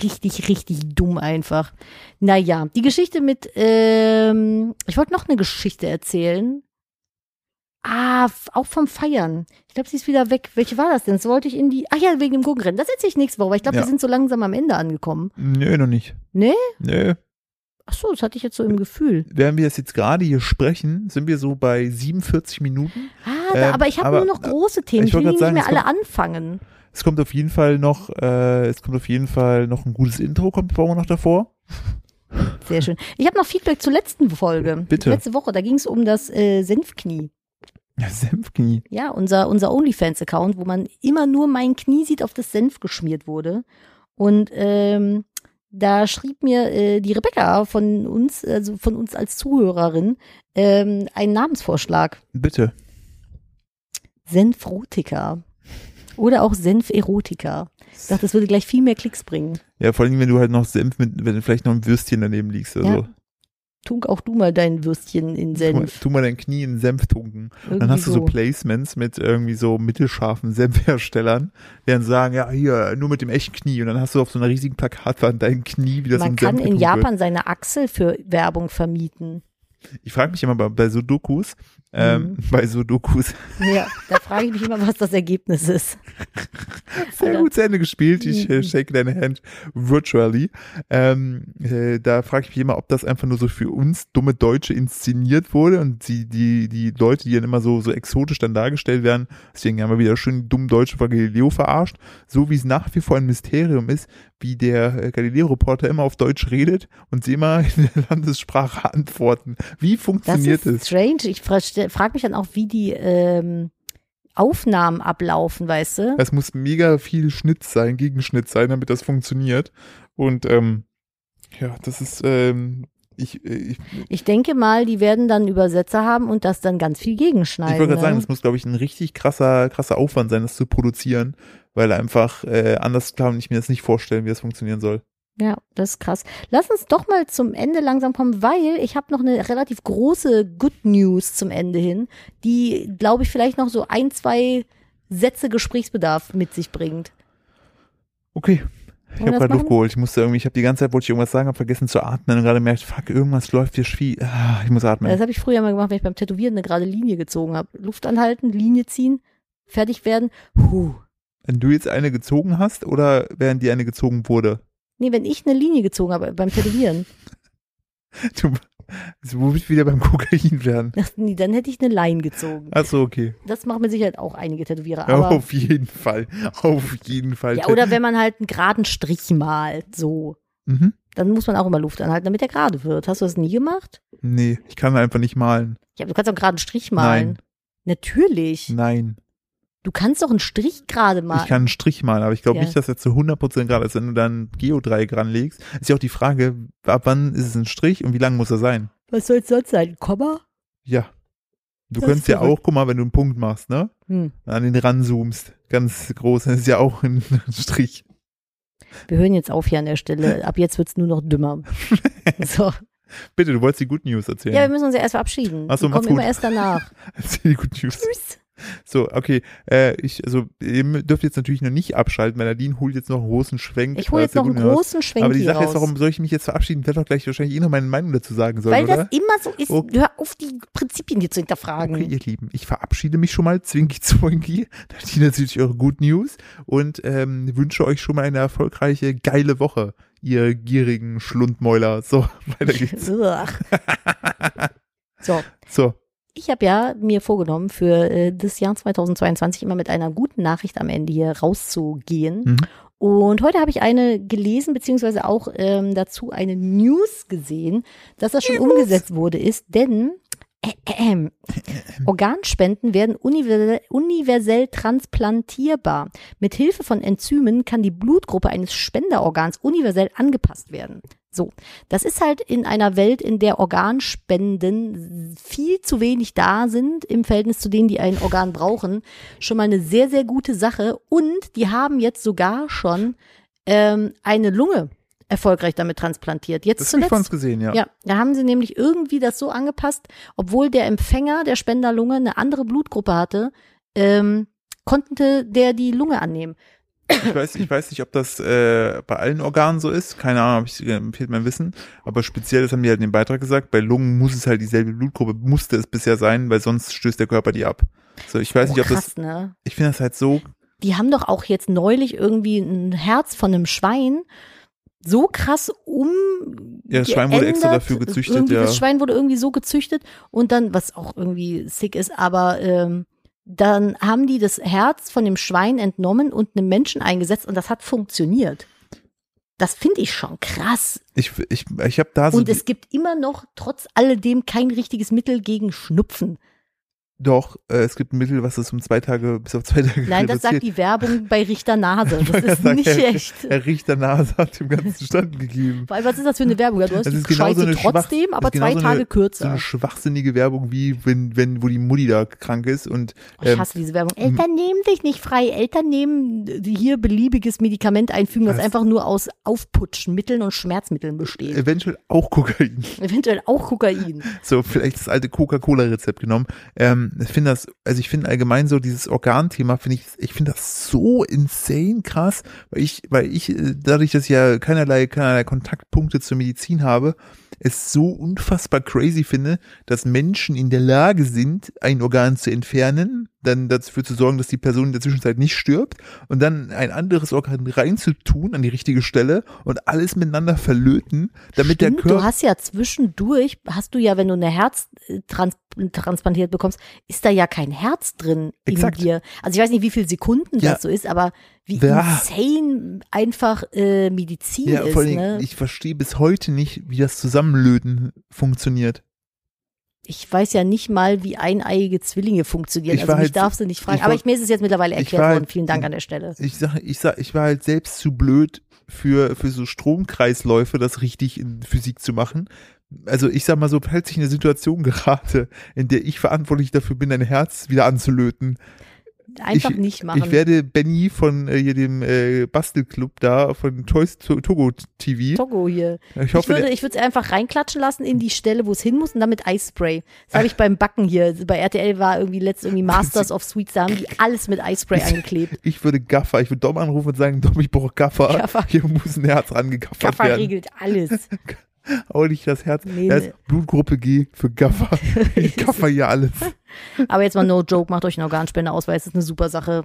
richtig, richtig dumm einfach. Naja, die Geschichte mit, ähm, ich wollte noch eine Geschichte erzählen. Ah, f- auch vom Feiern. Ich glaube, sie ist wieder weg. Welche war das denn? Das wollte ich in die, ach ja, wegen dem Gurkenrennen. Das erzähle ich nächste Woche, weil ich glaube, Ja. wir sind so langsam am Ende angekommen. Nö, noch nicht. Nee? Nö. Ach so, das hatte ich jetzt so Äh, im Gefühl. Während wir das jetzt gerade hier sprechen, sind wir so bei 47 Minuten. Ah, da, Ähm, aber ich habe aber, nur noch große Themen. ich Ich wollte will die gerade nicht sagen, mehr es alle anfangen. Es kommt auf jeden Fall noch, äh, es kommt auf jeden Fall noch ein gutes Intro, kommt brauchen wir noch davor. Sehr schön. Ich habe noch Feedback zur letzten Folge. Bitte. Letzte Woche, da ging es um das äh, Senfknie. Ja, Senfknie. Ja, unser, unser OnlyFans-Account, wo man immer nur mein Knie sieht, auf das Senf geschmiert wurde. Und ähm, da schrieb mir äh, die Rebecca von uns, also von uns als Zuhörerin, ähm, einen Namensvorschlag. Bitte. Senfrotika. Oder auch Senferotika. Ich dachte, das würde gleich viel mehr Klicks bringen. Ja, vor allem, wenn du halt noch Senf mit, wenn du vielleicht noch ein Würstchen daneben liegst. Also, Ja, Tunk auch du mal dein Würstchen in tu, mal, Senf. tu mal dein Knie in Senf tunken. Irgendwie Dann hast du so so. Placements mit irgendwie so mittelscharfen Senfherstellern, die dann sagen, ja, hier, nur mit dem echten Knie. Und dann hast du auf so einer riesigen Plakatwand dein Knie, wie das Man in kann Senf in getunkt wird. Japan seine Achsel für Werbung vermieten. Ich frage mich immer bei, bei so Dokus, Mhm. ähm, bei Sudokus. Ja, da frage ich mich immer, was das Ergebnis ist. Sehr Alter. gut zu Ende gespielt. Ich Mhm. äh, shake deine Hand virtually. Ähm, äh, da frage ich mich immer, ob das einfach nur so für uns dumme Deutsche inszeniert wurde und die, die, die Leute, die dann immer so, so exotisch dann dargestellt werden, deswegen haben wir wieder schön dumm Deutsche von Galileo verarscht, so wie es nach wie vor ein Mysterium ist, wie der äh, Galileo-Reporter immer auf Deutsch redet und sie immer in der Landessprache antworten. Wie Das funktioniert ist es? strange. Ich frage mich dann auch, wie die ähm, Aufnahmen ablaufen, weißt du? Es muss mega viel Schnitt sein, Gegenschnitt sein, damit das funktioniert. Und ähm, ja, das ist, ähm, ich, äh, ich, ich Ich denke mal, die werden dann Übersetzer haben und das dann ganz viel gegenschneiden. wollte gerade ne? sagen, das muss, glaube ich, ein richtig krasser, krasser Aufwand sein, das zu produzieren, weil einfach äh, anders kann ich mir das nicht vorstellen, wie das funktionieren soll. Ja, das ist krass. Lass uns doch mal zum Ende langsam kommen, weil ich habe noch eine relativ große Good News zum Ende hin, die, glaube ich, vielleicht noch so ein, zwei Sätze Gesprächsbedarf mit sich bringt. Okay. Ich Wollen wir habe das gerade Luft machen? geholt. Ich musste irgendwie, ich habe die ganze Zeit, wollte ich irgendwas sagen, habe vergessen zu atmen und gerade merkt, fuck, irgendwas läuft hier schwie. Ah, ich muss Das atmen. habe ich früher mal gemacht, wenn ich beim Tätowieren eine gerade Linie gezogen habe. Luft anhalten, Linie ziehen, fertig werden. Huh. Wenn du jetzt eine gezogen hast oder während die eine gezogen wurde? Nee, wenn ich eine Linie gezogen habe beim Tätowieren, Du, jetzt muss ich wieder beim Kokain werden. das, nee, dann hätte ich eine Line gezogen. Ach so, okay. Das machen mit Sicherheit halt auch einige Tätowierer. Ja, Aber, auf jeden Fall. Auf jeden Fall. ja, oder wenn man halt einen geraden Strich malt, so. mhm. dann muss man auch immer Luft anhalten, damit er gerade wird. Hast du das nie gemacht? Nee, ich kann einfach nicht malen. Ja, aber du kannst auch gerade einen Strich malen. Natürlich. Nein. Du kannst doch einen Strich gerade Hm. Ich malen. kann einen Strich malen, aber ich glaube Ja. nicht, dass er zu 100% gerade ist. Wenn du dann Geodreieck ranlegst, ist ja auch die Frage, ab wann ist es ein Strich und wie lang muss er sein? Was soll es sonst sein? Ein Komma? Ja. Du Das ist könntest ja verrückt. auch, guck mal, wenn du einen Punkt machst, ne? Hm. An den ranzoomst. Ganz groß. Das ist ja auch ein Strich. Wir hören jetzt auf hier an der Stelle. Ab jetzt wird's nur noch dümmer. So. Bitte, du wolltest die Good News Ja, wir erzählen. müssen uns ja erst verabschieden. Ach so, Wir macht's kommen immer gut. erst danach. Erzähl die Good News. Tschüss. So, okay. Äh, ich, also, ihr dürft jetzt natürlich noch nicht abschalten, weil Nadine holt jetzt noch einen großen Schwenk. Ich hole äh, jetzt zur noch einen Good News. großen Schwenk Aber die hier Sache raus. ist, warum soll ich mich jetzt verabschieden? Ich werde doch gleich wahrscheinlich eh noch meine Meinung dazu sagen sollen, Weil das oder? immer so ist. Okay. Hör auf, die Prinzipien hier zu hinterfragen. Okay, ihr Lieben, ich verabschiede mich schon mal, Zwinki Zwinki, Nadine natürlich eure Good News und ähm, wünsche euch schon mal eine erfolgreiche, geile Woche, ihr gierigen Schlundmäuler. So, weiter geht's. Ugh. so. So, Ich habe ja mir vorgenommen, für äh, das Jahr 2022 immer mit einer guten Nachricht am Ende hier rauszugehen. Mhm. Und heute habe ich eine gelesen, beziehungsweise auch ähm, dazu eine News gesehen, dass das schon umgesetzt wurde ist, denn äh, äh, ähm, Organspenden werden universell, universell transplantierbar. Mit Hilfe von Enzymen kann die Blutgruppe eines Spenderorgans universell angepasst werden. So, das ist halt in einer Welt, in der Organspenden viel zu wenig da sind im Verhältnis zu denen, die ein Organ brauchen, schon mal eine sehr, sehr gute Sache. Und die haben jetzt sogar schon ähm, eine Lunge erfolgreich damit transplantiert. Jetzt das habe ich zuletzt. von uns gesehen, ja. Ja, da haben sie nämlich irgendwie das so angepasst, obwohl der Empfänger der Spenderlunge eine andere Blutgruppe hatte, ähm, konnte der die Lunge annehmen. Ich, weiß, ich weiß nicht, ob das äh, bei allen Organen so ist. Keine Ahnung, hab ich, äh, fehlt mein Wissen. Aber speziell, das haben die halt in dem Beitrag gesagt, bei Lungen muss es halt dieselbe Blutgruppe, musste es bisher sein, weil sonst stößt der Körper die ab. So, ich weiß Oh, nicht, ob das krass, ne? ich finde das halt so, Die haben doch auch jetzt neulich irgendwie ein Herz von einem Schwein so krass um. Ja, das Schwein wurde extra geändert. dafür gezüchtet, irgendwie, ja. Das Schwein wurde irgendwie so gezüchtet und dann, was auch irgendwie sick ist, aber ähm, dann haben die das Herz von dem Schwein entnommen und einem Menschen eingesetzt und das hat funktioniert. Das finde ich schon krass. ich, ich, ich habe da so, und es gibt immer noch trotz alledem kein richtiges Mittel gegen Schnupfen. doch, äh, es gibt ein Mittel, was das um zwei Tage, bis auf zwei Tage Nein, das sagt reduziert. die Werbung bei Richter Nase. Das wollte ist gerade nicht sagen, echt. Der Richter Nase hat dem Ganzen Stand gegeben. Weil was ist das für eine Werbung? Ja, du hast Das die ist genau so Scheiße eine Schwach- trotzdem, das aber ist genau zwei so eine- Tage So eine kürzer. schwachsinnige Werbung, wie wenn, wenn, wo die Mutti da krank ist und Oh, ich hasse diese Werbung. Eltern nehmen dich nicht frei. Eltern nehmen äh, hier beliebiges Medikament einfügen, was Das- einfach nur aus Aufputschmitteln und Schmerzmitteln Äh, besteht. eventuell auch Kokain. Eventuell auch Kokain. So, vielleicht das alte Coca-Cola-Rezept genommen. Ähm, ähm, ich finde das, also ich finde allgemein so dieses Organthema, finde ich, ich finde das so insane krass, weil ich, weil ich, äh, dadurch, dass ich ja keinerlei, keinerlei Kontaktpunkte zur Medizin habe, es so unfassbar crazy finde, dass Menschen in der Lage sind, ein Organ zu entfernen, dann dafür zu sorgen, dass die Person in der Zwischenzeit nicht stirbt und dann ein anderes Organ reinzutun an die richtige Stelle und alles miteinander verlöten, damit der Stimmt, Körper. du hast ja zwischendurch, hast du ja, wenn du eine Herz äh, trans transplantiert bekommst, ist da ja kein Herz drin Exakt. in dir. Also ich weiß nicht, wie viele Sekunden Ja. das so ist, aber wie Ja. insane einfach äh, Medizin ja, ist. vor allem, ne? ich, ich verstehe bis heute nicht, wie das Zusammenlöten funktioniert. weiß ja nicht mal, wie eineiige Zwillinge funktionieren. Ich Also war mich halt- darfst du nicht fragen. ich war- aber ich, mir ist es jetzt mittlerweile ich erklärt war worden. halt- Vielen Dank an der Stelle. Ich sag, ich sag, ich war halt selbst zu blöd für, für so Stromkreisläufe, das richtig in Physik zu machen. Also ich sag mal so, falls ich in eine Situation gerate, in der ich verantwortlich dafür bin, ein Herz wieder anzulöten. Einfach ich, nicht machen. Ich werde Benny von äh, hier dem äh, Bastelclub da, von Toys to Togo TV. Togo hier. Ich Ich hoffe, würde, ich würde es einfach reinklatschen lassen in die Stelle, wo es hin muss und dann mit Eispray. Das habe ich beim Backen hier. Bei RTL war irgendwie letztens irgendwie Masters of Sweets, da haben die alles mit Eispray angeklebt. der, ich würde Gaffer, ich würde Dom anrufen und sagen, Dom, ich brauche Gaffer. Gaffer. Hier muss ein Herz rangegaffert Gaffer werden. regelt alles. Hau nicht das Herz. Nee, das nee. ist Blutgruppe G für Gaffer. Ich gaffer hier alles. Aber jetzt mal no joke, macht euch einen Organspendeausweis, ist eine super Sache.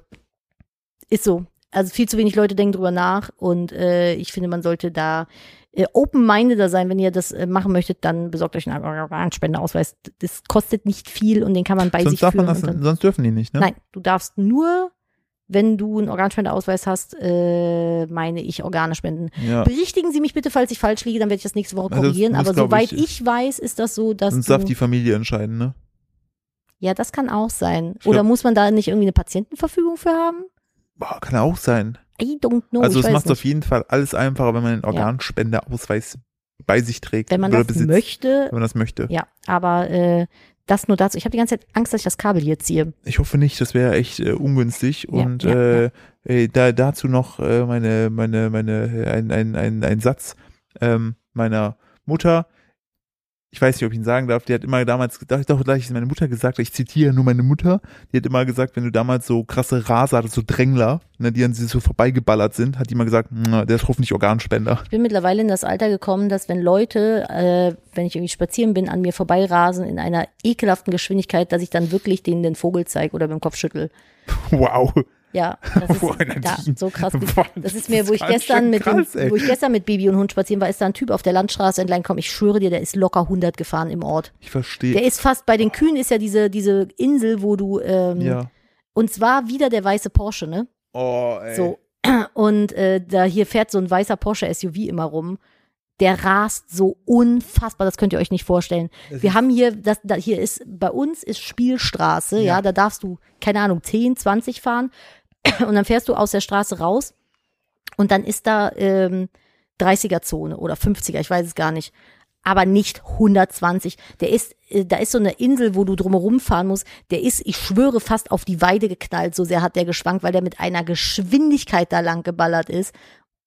Ist so. Also viel zu wenig Leute denken drüber nach und äh, ich finde, man sollte da äh, open-mindeder sein. Wenn ihr das äh, machen mönstet, dann besorgt euch einen Organspendeausweis. Das kostet nicht viel und den kann man bei sich Sonst darf führen. man das, und dann- sonst dürfen die nicht, ne? Nein, du darfst nur, wenn du einen Organspendeausweis hast, äh, meine ich, Organe spenden. Ja. Berichtigen Sie mich bitte, falls ich falsch liege, dann werde ich das nächste Woche Also das korrigieren. muss, Aber glaub soweit ich, ich, weiß, ist das so, dass Sonst du, darf die Familie entscheiden, ne? ja, das kann auch sein. Ich Oder glaub- muss man da nicht irgendwie eine Patientenverfügung für haben? Boah, kann auch sein. I don't know. also Oh, es ich weiß macht nicht. auf jeden Fall alles einfacher, wenn man den Organspendeausweis bei sich trägt. Wenn man oder das besitzt, möchte, Wenn man das möchte. ja, aber äh, das nur dazu. Ich habe die ganze Zeit Angst, dass ich das Kabel hier ziehe. Ich hoffe nicht, das wäre echt äh, ungünstig. Ja, Und ja, äh, äh, da, dazu noch äh, meine, meine, meine, äh, ein, ein, ein, ein Satz ähm, meiner Mutter. Ich weiß nicht, ob ich ihn sagen darf. Die hat immer damals, doch, doch gleich ist meine Mutter gesagt, ich zitiere nur meine Mutter. Die hat immer gesagt, wenn du damals so krasse Raser hattest, so Drängler, ne, die an sie so vorbeigeballert sind, hat die immer gesagt, "Na, der ist hoffentlich Organspender. Ich bin mittlerweile in das Alter gekommen, dass wenn Leute, äh, wenn ich irgendwie spazieren bin, an mir vorbeirasen in einer ekelhaften Geschwindigkeit, dass ich dann wirklich denen den Vogel zeige oder mit dem Kopf schüttel. Wow. Ja, das ist Boah, Nadine. da, so krass. Boah, Das ist mir, wo ich ganz schön gestern mit dem, krass, ey. wo ich gestern mit Baby und Hund spazieren war, ist da ein Typ auf der Landstraße entlang gekommen. Ich schwöre dir, der ist locker 100 gefahren im Ort. Ich verstehe. Der ist fast bei den Kühen ist ja diese diese Insel, wo du ähm, ja. und zwar wieder der weiße Porsche, ne? Oh, ey. So. Und äh, da hier fährt so ein weißer Porsche SUV immer rum. Der rast so unfassbar, das könnt ihr euch nicht vorstellen. Es Wir ist- haben hier, das, da, hier ist, bei uns ist Spielstraße, ja. Ja. da darfst du, keine Ahnung, 10, 20 fahren und dann fährst du aus der Straße raus und dann ist da ähm, 30er-Zone oder 50er, ich weiß es gar nicht, aber nicht 120. Der ist, äh, da ist so eine Insel, wo du drumherum fahren musst, der ist, ich schwöre, fast auf die Weide geknallt, so sehr hat der geschwankt, weil der mit einer Geschwindigkeit da lang geballert ist.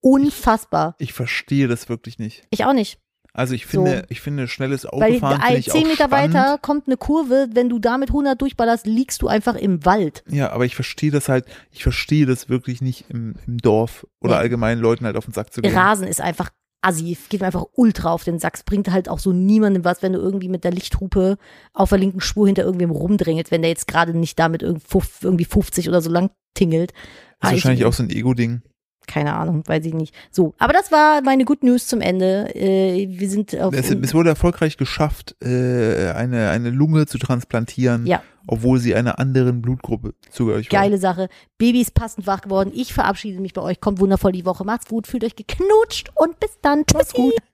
Unfassbar. Ich verstehe das wirklich nicht. Ich auch nicht. Also ich So. finde, ich finde schnelles Weil Autofahren finde ein, ich zehn auch Meter spannend. weiter kommt eine Kurve, wenn du da mit 100 durchballerst, liegst du einfach im Wald. Ja, aber ich verstehe das halt, ich verstehe das wirklich nicht im, im Dorf oder Nee. allgemein Leuten halt auf den Sack zu gehen. Rasen ist einfach assi, geht mir einfach ultra auf den Sack. Es bringt halt auch so niemandem was, wenn du irgendwie mit der Lichthupe auf der linken Spur hinter irgendwem rumdrängelt, wenn der jetzt gerade nicht damit irgendwie 50 oder so lang tingelt. Das Ah, ist ich- wahrscheinlich auch so ein Ego-Ding. Keine Ahnung, weiß ich nicht. So, aber das war meine Good News zum Ende. Äh, wir sind auf, Es, es wurde erfolgreich geschafft, äh, eine, eine Lunge zu transplantieren, Ja. obwohl sie einer anderen Blutgruppe zugehörig war. geile Sache. Baby ist passend wach geworden. Ich verabschiede mich bei euch. Kommt wundervoll die Woche. Macht's gut, fühlt euch geknutscht und bis dann. Tschüssi. Macht's gut.